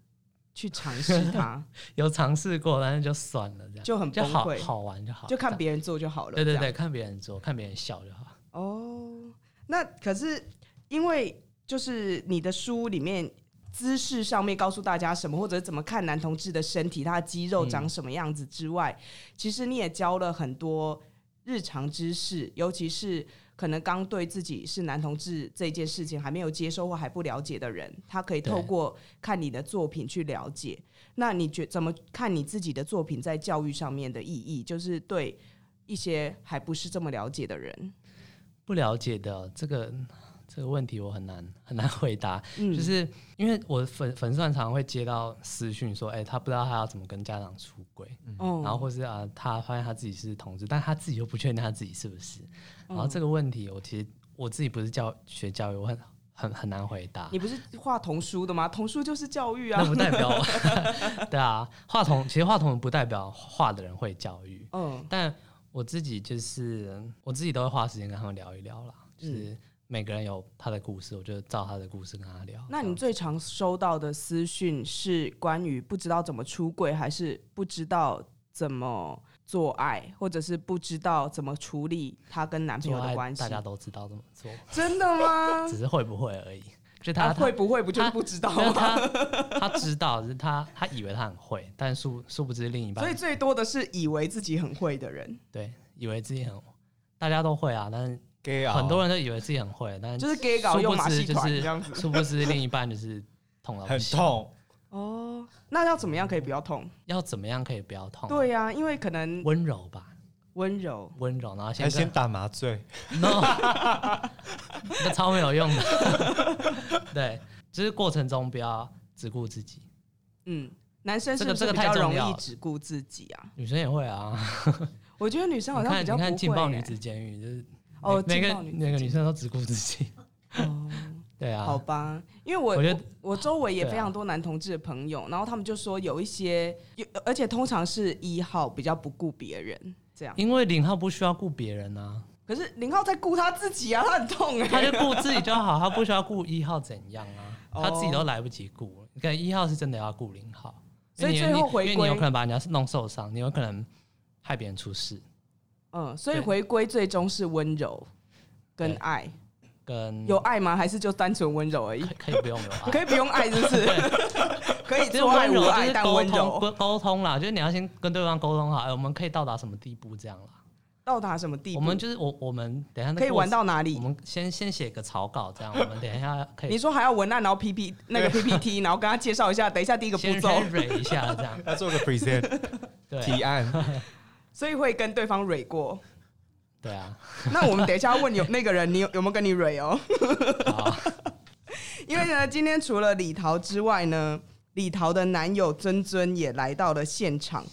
Speaker 2: 去尝试 它，
Speaker 4: 有尝试过，但是就算了，这样
Speaker 2: 就很
Speaker 4: 就
Speaker 2: 崩
Speaker 4: 好
Speaker 2: 溃
Speaker 4: 好玩就好，
Speaker 2: 就看
Speaker 4: 这样
Speaker 2: 别人做就好了。
Speaker 4: 对
Speaker 2: 这
Speaker 4: 对
Speaker 2: 样
Speaker 4: 对，看别人做，看别人笑就好。
Speaker 2: 哦，那可是因为就是你的书里面姿势上面告诉大家什么，或者怎么看男同志的身体，他的肌肉长什么样子之外，其实你也教了很多日常知识，尤其是。可能刚对自己是男同志这件事情还没有接受或还不了解的人，他可以透
Speaker 4: 对
Speaker 2: 过看你的作品去了解。那你觉怎么看你自己的作品在教育上面的意义？就是对一些还不是这么了解的人，
Speaker 4: 不了解的这个这个问题我很难很难回答，
Speaker 2: 嗯
Speaker 4: 就是因为我粉粉丝团常常会接到私讯说，哎、他不知道他要怎么跟家长出轨，
Speaker 2: 哦
Speaker 4: 然后或是啊，他发现他自己是同志，但他自己又不确定他自己是不是。
Speaker 2: 嗯
Speaker 4: 然后这个问题，我其实我自己不是教学教育，我很很很难回答
Speaker 2: 你。不是画童书的吗？童书就是教育
Speaker 4: 那
Speaker 2: 啊。
Speaker 4: 不代表我， 对啊，话筒其实话筒不代表画的人会教育，
Speaker 2: 嗯
Speaker 4: 但我自己就是我自己都会花时间跟他们聊一聊啦，就是
Speaker 2: 嗯
Speaker 4: 每个人有他的故事，我就照他的故事跟他聊。
Speaker 2: 那你最常收到的私讯是关于不知道怎么出柜，还是不知道怎么做爱，或者是不知道怎么处理她跟男朋友
Speaker 4: 做
Speaker 2: 的
Speaker 4: 爱
Speaker 2: 关系
Speaker 4: 大？家都知道怎么做，
Speaker 2: 真的吗？
Speaker 4: 只是会不会而已。就
Speaker 2: 他
Speaker 4: 他
Speaker 2: 啊会不会不就是不知道
Speaker 4: 没有
Speaker 2: 吗？
Speaker 4: 他他知道，只是他他以为他很会，但殊殊不知另一
Speaker 2: 所以
Speaker 4: 半
Speaker 2: 最多的是以为自己很会的人，
Speaker 4: 对以为自己很，大家都会啊，但是
Speaker 3: 给啊，
Speaker 4: 很多人都以为自己很会，但
Speaker 2: 就是 gay
Speaker 4: 殊
Speaker 2: 搞
Speaker 4: 不
Speaker 2: 用马
Speaker 4: 知
Speaker 2: 戏
Speaker 4: 就
Speaker 2: 团
Speaker 4: 是
Speaker 2: 这样子。
Speaker 4: 殊不知另一半就是痛到不
Speaker 3: 很
Speaker 4: 行。
Speaker 3: 痛，
Speaker 2: 哦，那要怎么样可以不要痛？
Speaker 4: 要怎么样可以不要痛？啊
Speaker 2: 对，呀、因为可能
Speaker 4: 温柔吧，
Speaker 2: 温柔。
Speaker 4: 温柔，然后先
Speaker 3: 还先
Speaker 4: 跟
Speaker 3: 打麻醉，
Speaker 4: no，那超没有用的。对，就是过程中不要只顾自己，
Speaker 2: 嗯，男生是
Speaker 4: 这
Speaker 2: 不
Speaker 4: 个
Speaker 2: 是
Speaker 4: 这个
Speaker 2: 比
Speaker 4: 太
Speaker 2: 较
Speaker 4: 重
Speaker 2: 容
Speaker 4: 要
Speaker 2: 易
Speaker 4: 了
Speaker 2: 只顾自己啊？
Speaker 4: 女生也会啊。
Speaker 2: 我觉得女生好
Speaker 4: 你
Speaker 2: 像
Speaker 4: 看
Speaker 2: 比
Speaker 4: 你
Speaker 2: 较不会、
Speaker 4: 看《劲爆女
Speaker 2: 欸
Speaker 4: 子监狱》就是
Speaker 2: 哦，
Speaker 4: 每每
Speaker 2: 劲
Speaker 4: 个
Speaker 2: 爆女
Speaker 4: 每个女生都只顾自己。
Speaker 2: 哦，
Speaker 4: 对啊，
Speaker 2: 好吧，因为我
Speaker 4: 我觉得
Speaker 2: 我周围也
Speaker 4: 对啊
Speaker 2: 非常多男同志的朋友，然后他们就说有一些，有而且通常是一号比较不顾别人这样，
Speaker 4: 因为零号不需要顾别人啊，
Speaker 2: 可是零号在顾他自己啊，他很痛哎、
Speaker 4: 他就顾自己就好，他不需要顾一号怎样啊，
Speaker 2: 哦
Speaker 4: 他自己都来不及顾了。你看一号是真的要顾零号，
Speaker 2: 所以
Speaker 4: 因为
Speaker 2: 最
Speaker 4: 你
Speaker 2: 后
Speaker 4: 你
Speaker 2: 回
Speaker 4: 因为你有
Speaker 2: 归
Speaker 4: 可能把人家弄受伤，你有可能害别人出事，
Speaker 2: 嗯，所以
Speaker 4: 对
Speaker 2: 回归最终是温柔跟
Speaker 4: 对
Speaker 2: 爱，
Speaker 4: 跟
Speaker 2: 有爱吗？还是就单纯温柔而已？
Speaker 4: 可可以不用 有啊爱
Speaker 2: 可。以不用爱，是不是？ 可以
Speaker 4: 就是
Speaker 2: 做爱
Speaker 4: 温
Speaker 2: 无
Speaker 4: 柔，就
Speaker 2: 爱，
Speaker 4: 是
Speaker 2: 但
Speaker 4: 沟
Speaker 2: 温
Speaker 4: 通
Speaker 2: 柔
Speaker 4: 沟沟通啦，就是你要先跟对方沟通好，哎，我们可以到达什么地步这样啦。
Speaker 2: 到达什么地步？
Speaker 4: 我们就是我我们等一下那
Speaker 2: 可以
Speaker 4: 过
Speaker 2: 玩
Speaker 4: 程
Speaker 2: 到哪
Speaker 4: 我
Speaker 2: 里？
Speaker 4: 们先先写个草稿这样，我们等一下可以
Speaker 2: 你说还要文案，然后 P P 那个 P P T，然后跟他介绍一下，等一下第一个步
Speaker 4: 先
Speaker 2: 骤，
Speaker 4: 先蕊一下这样，
Speaker 3: 要做 个 present
Speaker 4: 对啊
Speaker 3: 提案，
Speaker 2: 所以会跟对方蕊过。
Speaker 4: 对啊，
Speaker 2: 那我们等一下问有那个人，你有有没有跟你蕊哦？
Speaker 4: 好
Speaker 2: 因为呢，今天除了李桃之外呢，李桃的男友尊尊也来到了现场。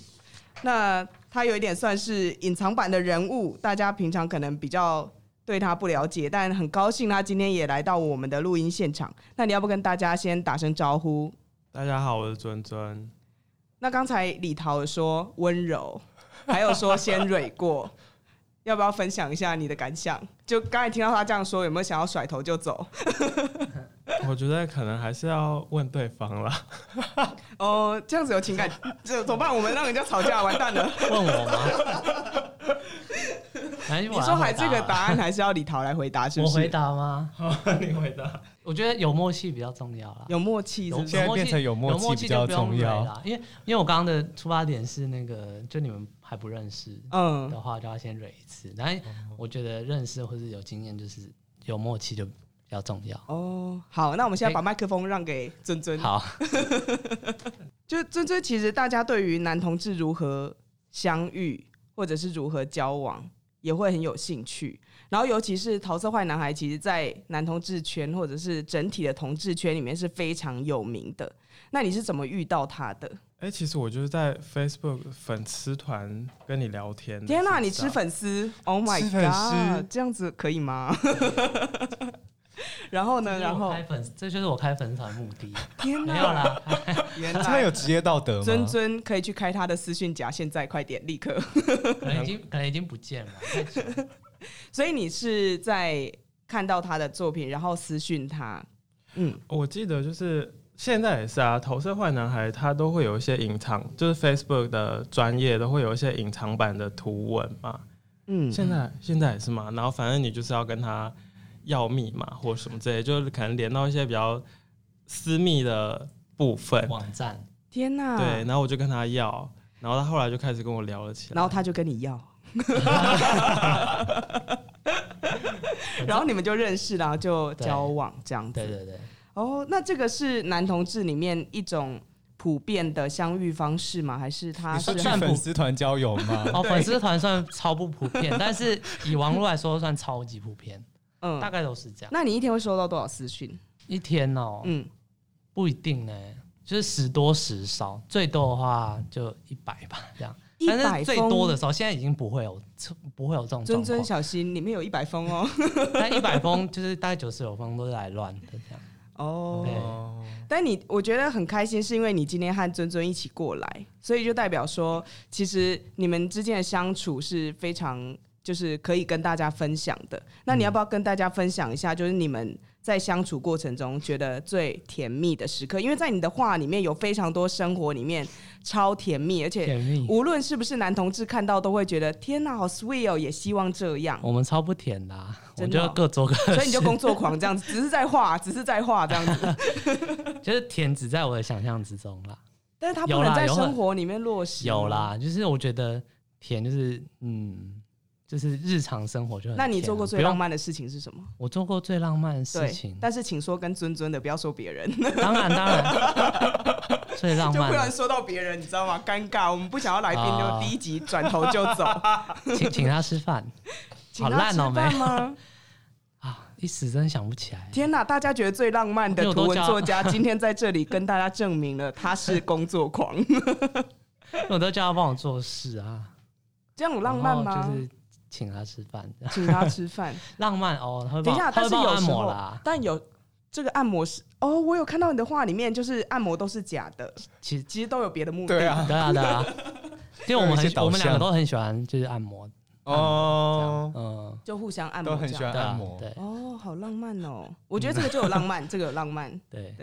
Speaker 2: 那他有一点算是隐藏版的人物，大家平常可能比较对他不了解，但很高兴他今天也来到我们的录音现场。那你要不跟大家先打声招呼？
Speaker 5: 大家好，我是尊尊。
Speaker 2: 那刚才李桃有说温柔， 还有说先蕊过，要不要分享一下你的感想？就刚才听到他这样说，有没有想要甩头就走？
Speaker 5: 我觉得可能还是要问对 方啦。
Speaker 2: 哦，这样子有情感，这怎么办？我们让人家吵架，完蛋了。
Speaker 4: 问我吗？你
Speaker 2: 你说还这个答案还是要李桃来回答，是不
Speaker 4: 我
Speaker 2: 是？
Speaker 4: 回答吗？
Speaker 5: 你回答。
Speaker 4: 我觉得有默契比较重要啦。
Speaker 2: 有默契是不是
Speaker 3: 现在变成有
Speaker 4: 有
Speaker 3: 默契
Speaker 4: 默契
Speaker 3: 比较
Speaker 4: 就不用
Speaker 3: 重
Speaker 4: 蕊
Speaker 3: 要
Speaker 4: 啦，因为因为我刚刚的出发点是那个，就你们还不认识
Speaker 2: 嗯
Speaker 4: 的话，就要先蕊一次。但我觉得认识或是有经验，就是有默契就比较重要。
Speaker 2: 哦，好，那我们现在把麦克风让给尊尊。
Speaker 4: 好，
Speaker 2: 就尊尊，其实大家对于男同志如何相遇或者是如何交往，也会很有兴趣。然后，尤其是桃色坏男孩，其实，在男同志圈或者是整体的同志圈里面是非常有名的。那你是怎么遇到他的？
Speaker 5: 哎、其实我就是在 Facebook 粉丝团跟你聊天的。
Speaker 2: 天哪、
Speaker 5: 哪，
Speaker 2: 你吃粉丝？Oh my
Speaker 3: 吃粉丝
Speaker 2: god！这样子可以吗？ 然后呢？然后
Speaker 4: 开粉，这就是我开粉丝团的目的。
Speaker 2: 天
Speaker 4: 没
Speaker 2: 哪、
Speaker 4: 有啦，
Speaker 2: 原
Speaker 3: 他这样
Speaker 2: 来
Speaker 3: 有职业道德吗？
Speaker 2: 尊尊可以去开他的私讯夹，现在快点，立刻。
Speaker 4: 可能已经可能已经不见了。太久了
Speaker 2: 所以你是在看到他的作品，然后私讯他，嗯，
Speaker 5: 我记得就是现在也是啊，投射坏男孩他都会有一些隐藏，就是 Facebook 的专业都会有一些隐藏版的图文嘛。
Speaker 2: 嗯
Speaker 5: 现在现在也是嘛，然后反正你就是要跟他要密码或什么之类，就是可能连到一些比较私密的部分。
Speaker 4: 网站
Speaker 2: 天哪，
Speaker 5: 对，，然后我就跟他要，然后他后来就开始跟我聊了起来。
Speaker 2: 然后他就跟你 要，然后你们就认识，然后就交往这样子。
Speaker 4: 对对对，
Speaker 2: 哦，那这个是男同志里面一种普遍的相遇方式吗？还是他
Speaker 3: 你
Speaker 2: 是
Speaker 3: 说去
Speaker 4: 占卜
Speaker 3: 粉丝团交 友吗？
Speaker 4: 哦，粉丝团算超不普遍，但是以网络来说算超级普遍。
Speaker 2: 嗯
Speaker 4: 大概都是这样。
Speaker 2: 那你一天会收到多少私讯？
Speaker 4: 一天哦，
Speaker 2: 嗯，
Speaker 4: 不一定呢，就是时多时少，最多的话就一百吧，这样。
Speaker 2: 一
Speaker 4: 但
Speaker 2: 百
Speaker 4: 是最多的
Speaker 2: 封，
Speaker 4: 时候，现在已经不会有不会有这种
Speaker 2: 尊
Speaker 4: 状况
Speaker 2: 尊。小心，里面有一百封哦。
Speaker 4: 但一百封就是大概九十九封都是来乱的这样。
Speaker 2: 哦，
Speaker 4: 对
Speaker 5: 哦，
Speaker 2: 但你我觉得很开心，是因为你今天和尊尊一起过来，所以就代表说，其实你们之间的相处是非常就是可以跟大家分享的。那你要不要跟大家分享一下，就是你们在相处过程中觉得最甜蜜的时刻？因为在你的话里面有非常多生活里面超甜蜜，而且
Speaker 4: 甜蜜，
Speaker 2: 无论是不是男同志看到都会觉得天哪，好 sweet 哦，也希望这样。
Speaker 4: 我们超不甜的、啊，我
Speaker 2: 真
Speaker 4: 们
Speaker 2: 的哦
Speaker 4: 就各做各的事，
Speaker 2: 所以你就工作狂这样子，只是在画，只是在画这样子，
Speaker 4: 就是甜只在我的想象之中啦。
Speaker 2: 但是他不
Speaker 4: 有啦
Speaker 2: 能在
Speaker 4: 有很
Speaker 2: 生活里面落实。
Speaker 4: 有，啦，就是我觉得甜就是嗯，就是日常生活就很甜啊、
Speaker 2: 那你做过最
Speaker 4: 不用
Speaker 2: 浪？漫的事情是什么？
Speaker 4: 我做过最浪漫的事
Speaker 2: 对
Speaker 4: 情，，
Speaker 2: 但是请说跟尊尊的，不要说别人，
Speaker 4: 当然当然，最浪
Speaker 2: 就不
Speaker 4: 漫
Speaker 2: 然
Speaker 4: 的，
Speaker 2: 说到别人，你知道吗？尴尬，我们不想要来宾
Speaker 4: 啊
Speaker 2: 就第一集转头就 走，
Speaker 4: 请请他吃饭
Speaker 2: 请
Speaker 4: 好
Speaker 2: 他
Speaker 4: 烂
Speaker 2: 吃
Speaker 4: 哦
Speaker 2: 饭 吗？
Speaker 4: 啊，一时真想不起来。
Speaker 2: 天哪，大家觉得最浪漫的
Speaker 4: 因为我
Speaker 2: 图
Speaker 4: 都
Speaker 2: 文
Speaker 4: 叫
Speaker 2: 作家，今天在这里跟大家证明了他 是工作狂，
Speaker 4: 因为我都叫他帮我做事啊，
Speaker 2: 这样有浪漫
Speaker 4: 然
Speaker 2: 吗
Speaker 4: 哦后就？是请他吃饭，这 样
Speaker 2: 请他吃饭，
Speaker 4: 浪漫哦。他会
Speaker 2: 等一下，
Speaker 4: 帮
Speaker 2: 但
Speaker 4: 他会
Speaker 2: 是
Speaker 4: 帮我
Speaker 2: 有
Speaker 4: 按
Speaker 2: 时
Speaker 4: 摩
Speaker 2: 候
Speaker 4: 啦，，
Speaker 2: 但有这个按摩是哦，我有看到你的话里面，就是按摩都是假的，
Speaker 4: 其实
Speaker 2: 其实都有别的目的。
Speaker 3: 对，啊，
Speaker 4: 对啊对啊， 因为我们
Speaker 3: 有一
Speaker 4: 很
Speaker 3: 些
Speaker 4: 我们两
Speaker 3: 导向
Speaker 4: 个都很喜欢就是按摩，这样
Speaker 3: 哦，
Speaker 4: 嗯，
Speaker 2: 就互相按摩
Speaker 3: 都
Speaker 2: 这样。
Speaker 3: 很喜欢
Speaker 4: 对啊
Speaker 3: 按摩，
Speaker 4: 对
Speaker 2: 哦，好浪漫哦！我觉得这个就有浪 漫，这个有浪漫。
Speaker 4: 对，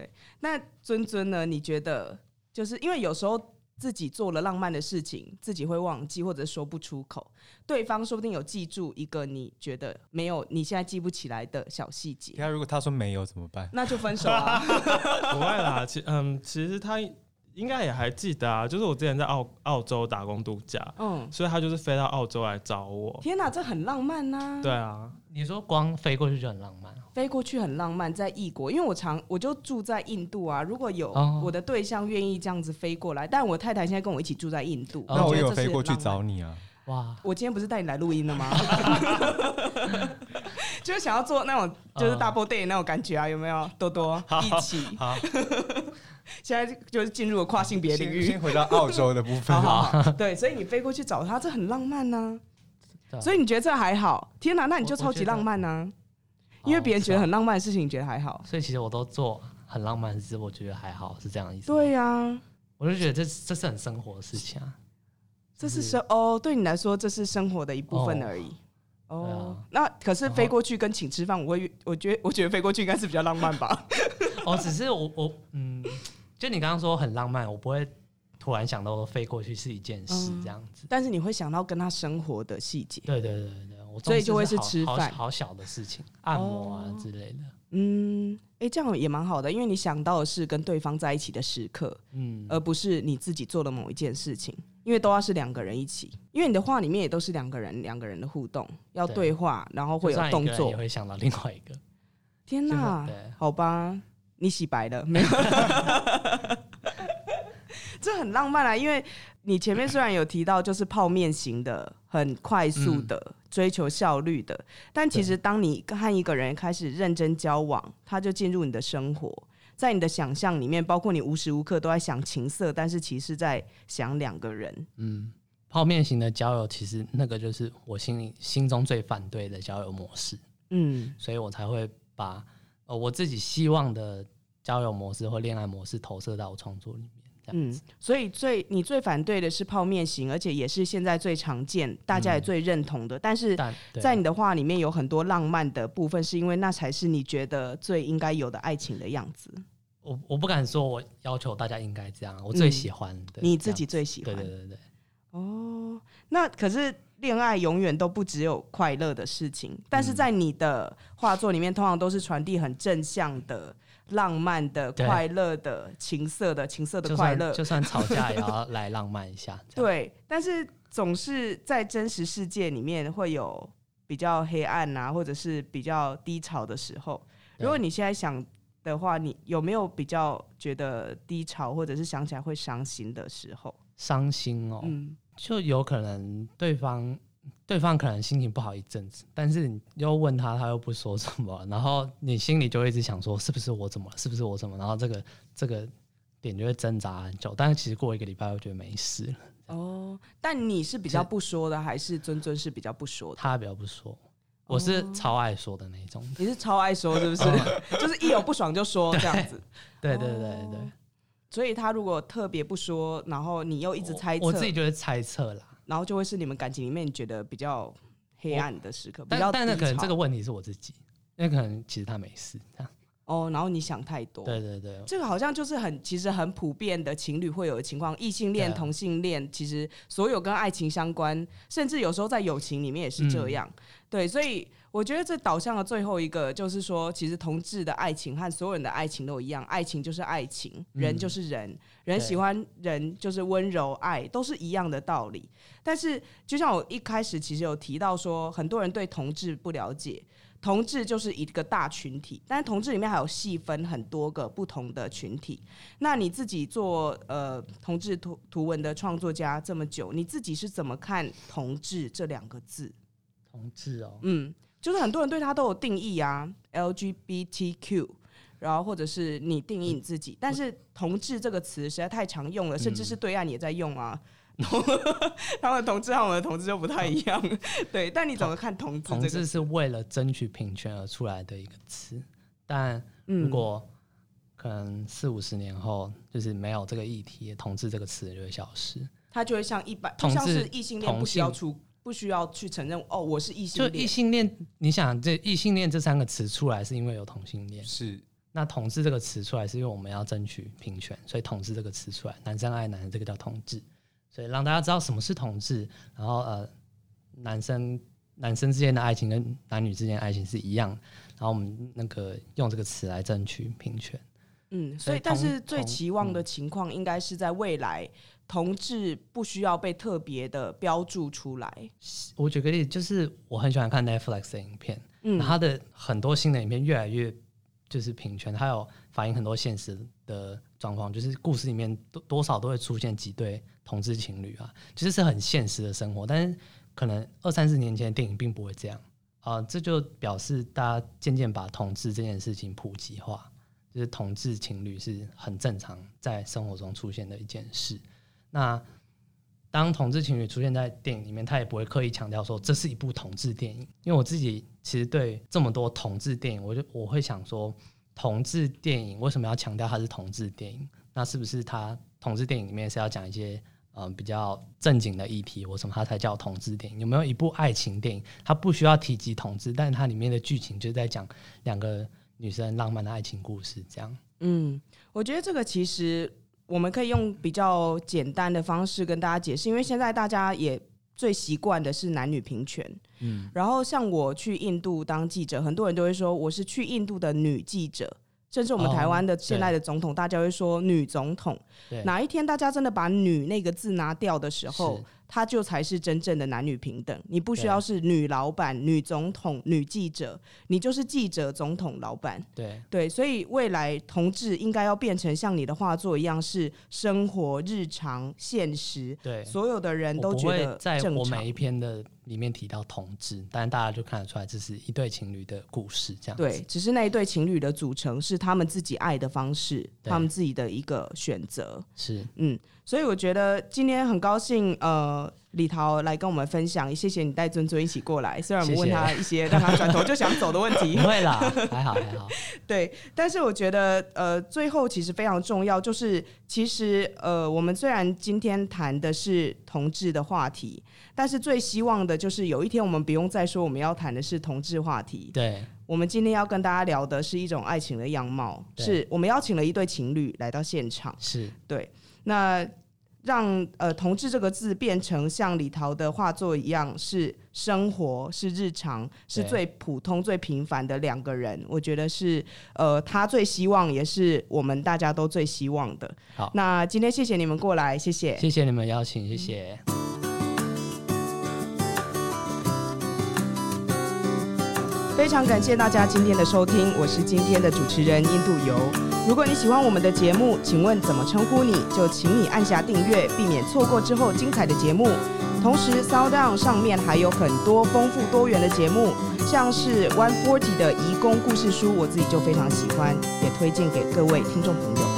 Speaker 2: 那尊尊呢？你觉得就是因为有时候自己做了浪漫的事情，自己会忘记或者说不出口，对方说不定有记住一个你觉得没有，你现在记不起来的小细
Speaker 3: 你
Speaker 2: 节，
Speaker 3: 看，如果他说没有怎么办？
Speaker 2: 那就分手 啊。
Speaker 5: 不会啦，其嗯，其实他应该也还记得啊，就是我之前在澳澳洲打工度假，
Speaker 2: 嗯，
Speaker 5: 所以他就是飞到澳洲来找我。
Speaker 2: 天哪，这很浪漫呐、
Speaker 5: 对啊，
Speaker 4: 你说光飞过去就很浪漫
Speaker 2: 飞过去很浪漫，在异国，因为我常我就住在印度啊。如果有
Speaker 4: 哦
Speaker 2: 我的对象愿意这样子飞过来，但我太太现在跟我一起住在印度，
Speaker 4: 哦
Speaker 3: 那我
Speaker 2: 觉得
Speaker 3: 有
Speaker 2: 这是
Speaker 3: 飞过去
Speaker 2: 很浪漫
Speaker 3: 找你啊，
Speaker 4: 哇，
Speaker 2: 我今天不是带你来录音了吗？ 就是想要做那种就是
Speaker 4: 嗯
Speaker 2: double day 那种感觉啊，有没有？多多一起，
Speaker 3: 好，
Speaker 2: 现在就是进入了跨性别领
Speaker 3: 先
Speaker 2: 域
Speaker 3: 先。回到澳洲的部分
Speaker 2: 好，好好，对，所以你飞过去找他，这很浪漫呐、
Speaker 4: 对啊
Speaker 2: 所以你觉得这还好？天哪，那你
Speaker 4: 我
Speaker 2: 就超级
Speaker 4: 我觉得
Speaker 2: 浪漫呐、因为别人觉得很浪漫的事情，你觉得还好
Speaker 4: 哦，？所以其实我都做很浪漫的事，我觉得还好，是啊这样的意思。，
Speaker 2: 对啊呀、
Speaker 4: 我就觉得这是这是很生活的事情啊。
Speaker 2: 这是生哦，对你来说这是生活的一部分
Speaker 4: 哦
Speaker 2: 而已。
Speaker 4: 对
Speaker 2: 哦
Speaker 4: 啊，
Speaker 2: 那可是
Speaker 4: 然后
Speaker 2: 飞过去跟请吃饭，我会我觉得我觉得飞过去应该是比较浪漫吧？
Speaker 4: 哦，只是我我嗯，就你刚刚说很浪漫，我不会突然想到飞过去是一件事
Speaker 2: 嗯
Speaker 4: 这样子。
Speaker 2: 但是你会想到跟他生活的细节，
Speaker 4: 对对对对对，我重视
Speaker 2: 所以就会是
Speaker 4: 好
Speaker 2: 吃
Speaker 4: 好
Speaker 2: 饭哦
Speaker 4: 好小的事情，按摩啊之类的。
Speaker 2: 嗯，哎、这样也蛮好的，因为你想到的是跟对方在一起的时刻，
Speaker 4: 嗯，
Speaker 2: 而不是你自己做了某一件事情，因为都要是两个人一起，因为你的话里面也都是两个人两个人的互动，要
Speaker 4: 对
Speaker 2: 对话，然后会
Speaker 4: 就算
Speaker 2: 有
Speaker 4: 一
Speaker 2: 动
Speaker 4: 个人
Speaker 2: 作
Speaker 4: 也。会想到另外一个。
Speaker 2: 天哪
Speaker 4: 就会对，
Speaker 2: 好吧，你洗白了没有？ 这很浪漫啊，因为你前面虽然有提到就是泡面型的、很快速的、
Speaker 4: 嗯
Speaker 2: 追求效率的，但其实当你和一个人开始认真交往，他就进入你的生活，在你的想象里面，包括你无时无刻都在想情色，但是其实在想两个人。
Speaker 4: 嗯，泡面型的交友，其实那个就是我心里心中最反对的交友模式。
Speaker 2: 嗯
Speaker 4: 所以我才会把呃我自己希望的交友模式或恋爱模式投射到我创作里面，这样
Speaker 2: 嗯
Speaker 4: 子。，
Speaker 2: 所以最你最反对的是泡面型，而且也是现在最常见、大家也
Speaker 4: 嗯
Speaker 2: 最认同的，但是
Speaker 4: 但对
Speaker 2: 在你的话里面有很多浪漫的部分，是因为那才是你觉得最应该有的爱情的样子，
Speaker 4: 我我不敢说我要求大家应该这样，我最喜欢
Speaker 2: 嗯
Speaker 4: 的、
Speaker 2: 你自己最喜
Speaker 4: 这
Speaker 2: 欢。
Speaker 4: 样对对对对，
Speaker 2: 哦，那可是恋爱永远都不只有快乐的事情，但
Speaker 4: 嗯
Speaker 2: 是在你的画作里面，通常都是传递很正向的、浪漫的、
Speaker 4: 对
Speaker 2: 快乐的、情色的、情色的
Speaker 4: 就
Speaker 2: 快
Speaker 4: 算
Speaker 2: 乐，
Speaker 4: 就算吵 架也要来浪漫一下，这样
Speaker 2: 对，但是总是在真实世界里面会有比较黑暗啊，或者是比较低潮的时候。
Speaker 4: 对
Speaker 2: 如果你现在想的话，你有没有比较觉得低潮，或者是想起来会伤心的时候？
Speaker 4: 伤心哦，
Speaker 2: 嗯，
Speaker 4: 就有可能对方对方可能心情不好一阵子，但是你又问他，他又不说什么，然后你心里就会一直想说，是不是我怎么了？是不是我怎么了？然后这个这个点就会挣扎很久，但是其实过一个礼拜，我觉得没事了。
Speaker 2: 哦，但你是比较不说的，还是尊尊是比较不说的？
Speaker 4: 他比较不说，我是
Speaker 2: 哦
Speaker 4: 超爱说的那一种。
Speaker 2: 你是超爱说，是不是？ 就是一有不爽就说这样子。哦
Speaker 4: 对对对对对，
Speaker 2: 所以他如果特别不说，然后你又一直猜测，
Speaker 4: 我我自己就会猜测啦。
Speaker 2: 然后就会是你们感情里面你觉得比较黑暗的时刻，比较
Speaker 4: 但但是
Speaker 2: 低
Speaker 4: 可能
Speaker 2: 潮
Speaker 4: 这个问题是我自己，因为可能其实他没事。这样
Speaker 2: 哦，然后你想太多。
Speaker 4: 对对对，
Speaker 2: 这个好像就是很其实很普遍的情侣会有的情况，异性恋、
Speaker 4: 对啊
Speaker 2: 同性恋，其实所有跟爱情相关，甚至有时候在友情里面也是
Speaker 4: 嗯
Speaker 2: 这样。对，所以我觉得这导向的最后一个就是说，其实同志的爱情和所有人的爱情都一样，爱情就是爱情，人就是人，人喜欢人就是温柔爱，都是一样的道理。但是就像我一开始其实有提到说，很多人对同志不了解。同志就是一个大群体，但是同志里面还有细分很多个不同的群体。那你自己做呃同志图图文的创作家这么久，你自己是怎么看“同志”这两个字？
Speaker 4: 同志哦，
Speaker 2: 嗯，就是很多人对它都有定义啊，LGBTQ，然后或者是你定义你自
Speaker 4: 嗯
Speaker 2: 己，但是“同志”这个词实在太常用了，甚至是对岸也在用啊。 他们的同志和我们的同志就不太一样， 对。但你怎么看“同志”
Speaker 4: 同
Speaker 2: 这个
Speaker 4: 志？是为了争取平权而出来的一个词，但
Speaker 2: 嗯
Speaker 4: 如果可能四五十年后就是没有这个议题，同志这个词就会消失。
Speaker 2: 他就会像一般，就
Speaker 4: 同志
Speaker 2: 像是异性恋不
Speaker 4: 同
Speaker 2: 需要
Speaker 4: 性
Speaker 2: 出，不需要去承认哦，我是异
Speaker 4: 就
Speaker 2: 性
Speaker 4: 异
Speaker 2: 恋。
Speaker 4: 性恋，你想这异性恋这三个词出来是因为有同性恋，
Speaker 3: 是
Speaker 4: 那同志这个词出来是因为我们要争取平权，所以同志这个词出来，男生爱男生这个叫同志，所以让大家知道什么是同志，然后呃，男生男生之间的爱情跟男女之间的爱情是一样，然后我们那个用这个词来争取平权。
Speaker 2: 嗯，所以
Speaker 4: 对
Speaker 2: 但
Speaker 4: 同
Speaker 2: 是最
Speaker 4: 同
Speaker 2: 期望的
Speaker 4: 嗯
Speaker 2: 情况应该是在未来，同志不需要被特别的标注出来。
Speaker 4: 我举个例子，就是我很喜欢看 Netflix 的影片，
Speaker 2: 嗯
Speaker 4: 它的很多新的影片越来越就是平权，它有反映很多现实的状况，就是故事里面多多少都会出现几对同志情侣啊，其、实是很现实的生活，但是可能二三十年前的电影并不会这样啊、这就表示大家渐渐把同志这件事情普及化，就是同志情侣是很正常在生活中出现的一件事，那。当同志情侣出现在电影里面，他也不会刻意强调说这是一部同志电影。因为我自己其实对这么多同志电影，我就我会想说，同志电影为什么要强调它是同志电影？那是不是它同志电影里面是要讲一些嗯、呃比较正经的议题，或什么它才叫同志电影？有没有一部爱情电影，它不需要提及同志，但它里面的剧情就是在讲两个女生浪漫的爱情故事？这样
Speaker 2: 嗯，我觉得这个其实我们可以用比较简单的方式跟大家解释，因为现在大家也最习惯的是男女平权。嗯，然后像我去印度当记者，很多人都会说我是去印度的女记者。甚至我们
Speaker 4: 哦
Speaker 2: 台湾的现在的总统，大家会说女总统。
Speaker 4: 对
Speaker 2: 哪一天大家真的把“女”那个字拿掉的时候
Speaker 4: 是，
Speaker 2: 它就才是真正的男女平等。你不需
Speaker 4: 对
Speaker 2: 要是女老板、女总统、女记者，你就是记者、总统、老板。
Speaker 4: 对
Speaker 2: 对，所以未来同志应该要变成像你的画作一样，是生活、日常、现实，
Speaker 4: 对。
Speaker 2: 所有的人都
Speaker 4: 我不
Speaker 2: 觉
Speaker 4: 会
Speaker 2: 得
Speaker 4: 在
Speaker 2: 正
Speaker 4: 我
Speaker 2: 常
Speaker 4: 每。一篇的里面提到同志，但大家就看得出来，这是一对情侣的故事，这样子
Speaker 2: 对，只是那一对情侣的组成是他们自己爱的方式，
Speaker 4: 对
Speaker 2: 他们自己的一个选择。
Speaker 4: 是
Speaker 2: 嗯，所以我觉得今天很高兴，呃，李桃来跟我们分享，谢谢你带尊尊一起过来。虽然我们
Speaker 4: 谢
Speaker 2: 问
Speaker 4: 谢
Speaker 2: 他一些让他转头就想走的问题
Speaker 4: 不，会啦，还好还好，
Speaker 2: 对，但是我觉得，呃，最后其实非常重要，就是其实，呃，我们虽然今天谈的是同志的话题，但是最希望的就是有一天我们不用再说我们要谈的是同志话题，
Speaker 4: 对
Speaker 2: 我们今天要跟大家聊的是一种爱情的样貌，
Speaker 4: 对
Speaker 2: 是我们邀请了一对情侣来到现场，
Speaker 4: 是
Speaker 2: 对，那让呃“同志”这个字变成像李桃的画作一样，是生活，是日常，是
Speaker 4: 对
Speaker 2: 最普通、最平凡的两个人。我觉得是呃，他最希望，也是我们大家都最希望的。
Speaker 4: 好
Speaker 2: 那今天谢谢你们过来，谢谢。
Speaker 4: 谢谢你们邀请，谢谢。
Speaker 2: 非常感谢大家今天的收听，我是今天的主持人印度游。如果你喜欢我们的节目，请问怎么称呼你？就请你按下订阅，避免错过之后精彩的节目。同时，Sound On 上面还有很多丰富多元的节目，像是 One Forty 的移工故事书，我自己就非常喜欢，也推荐给各位听众朋友。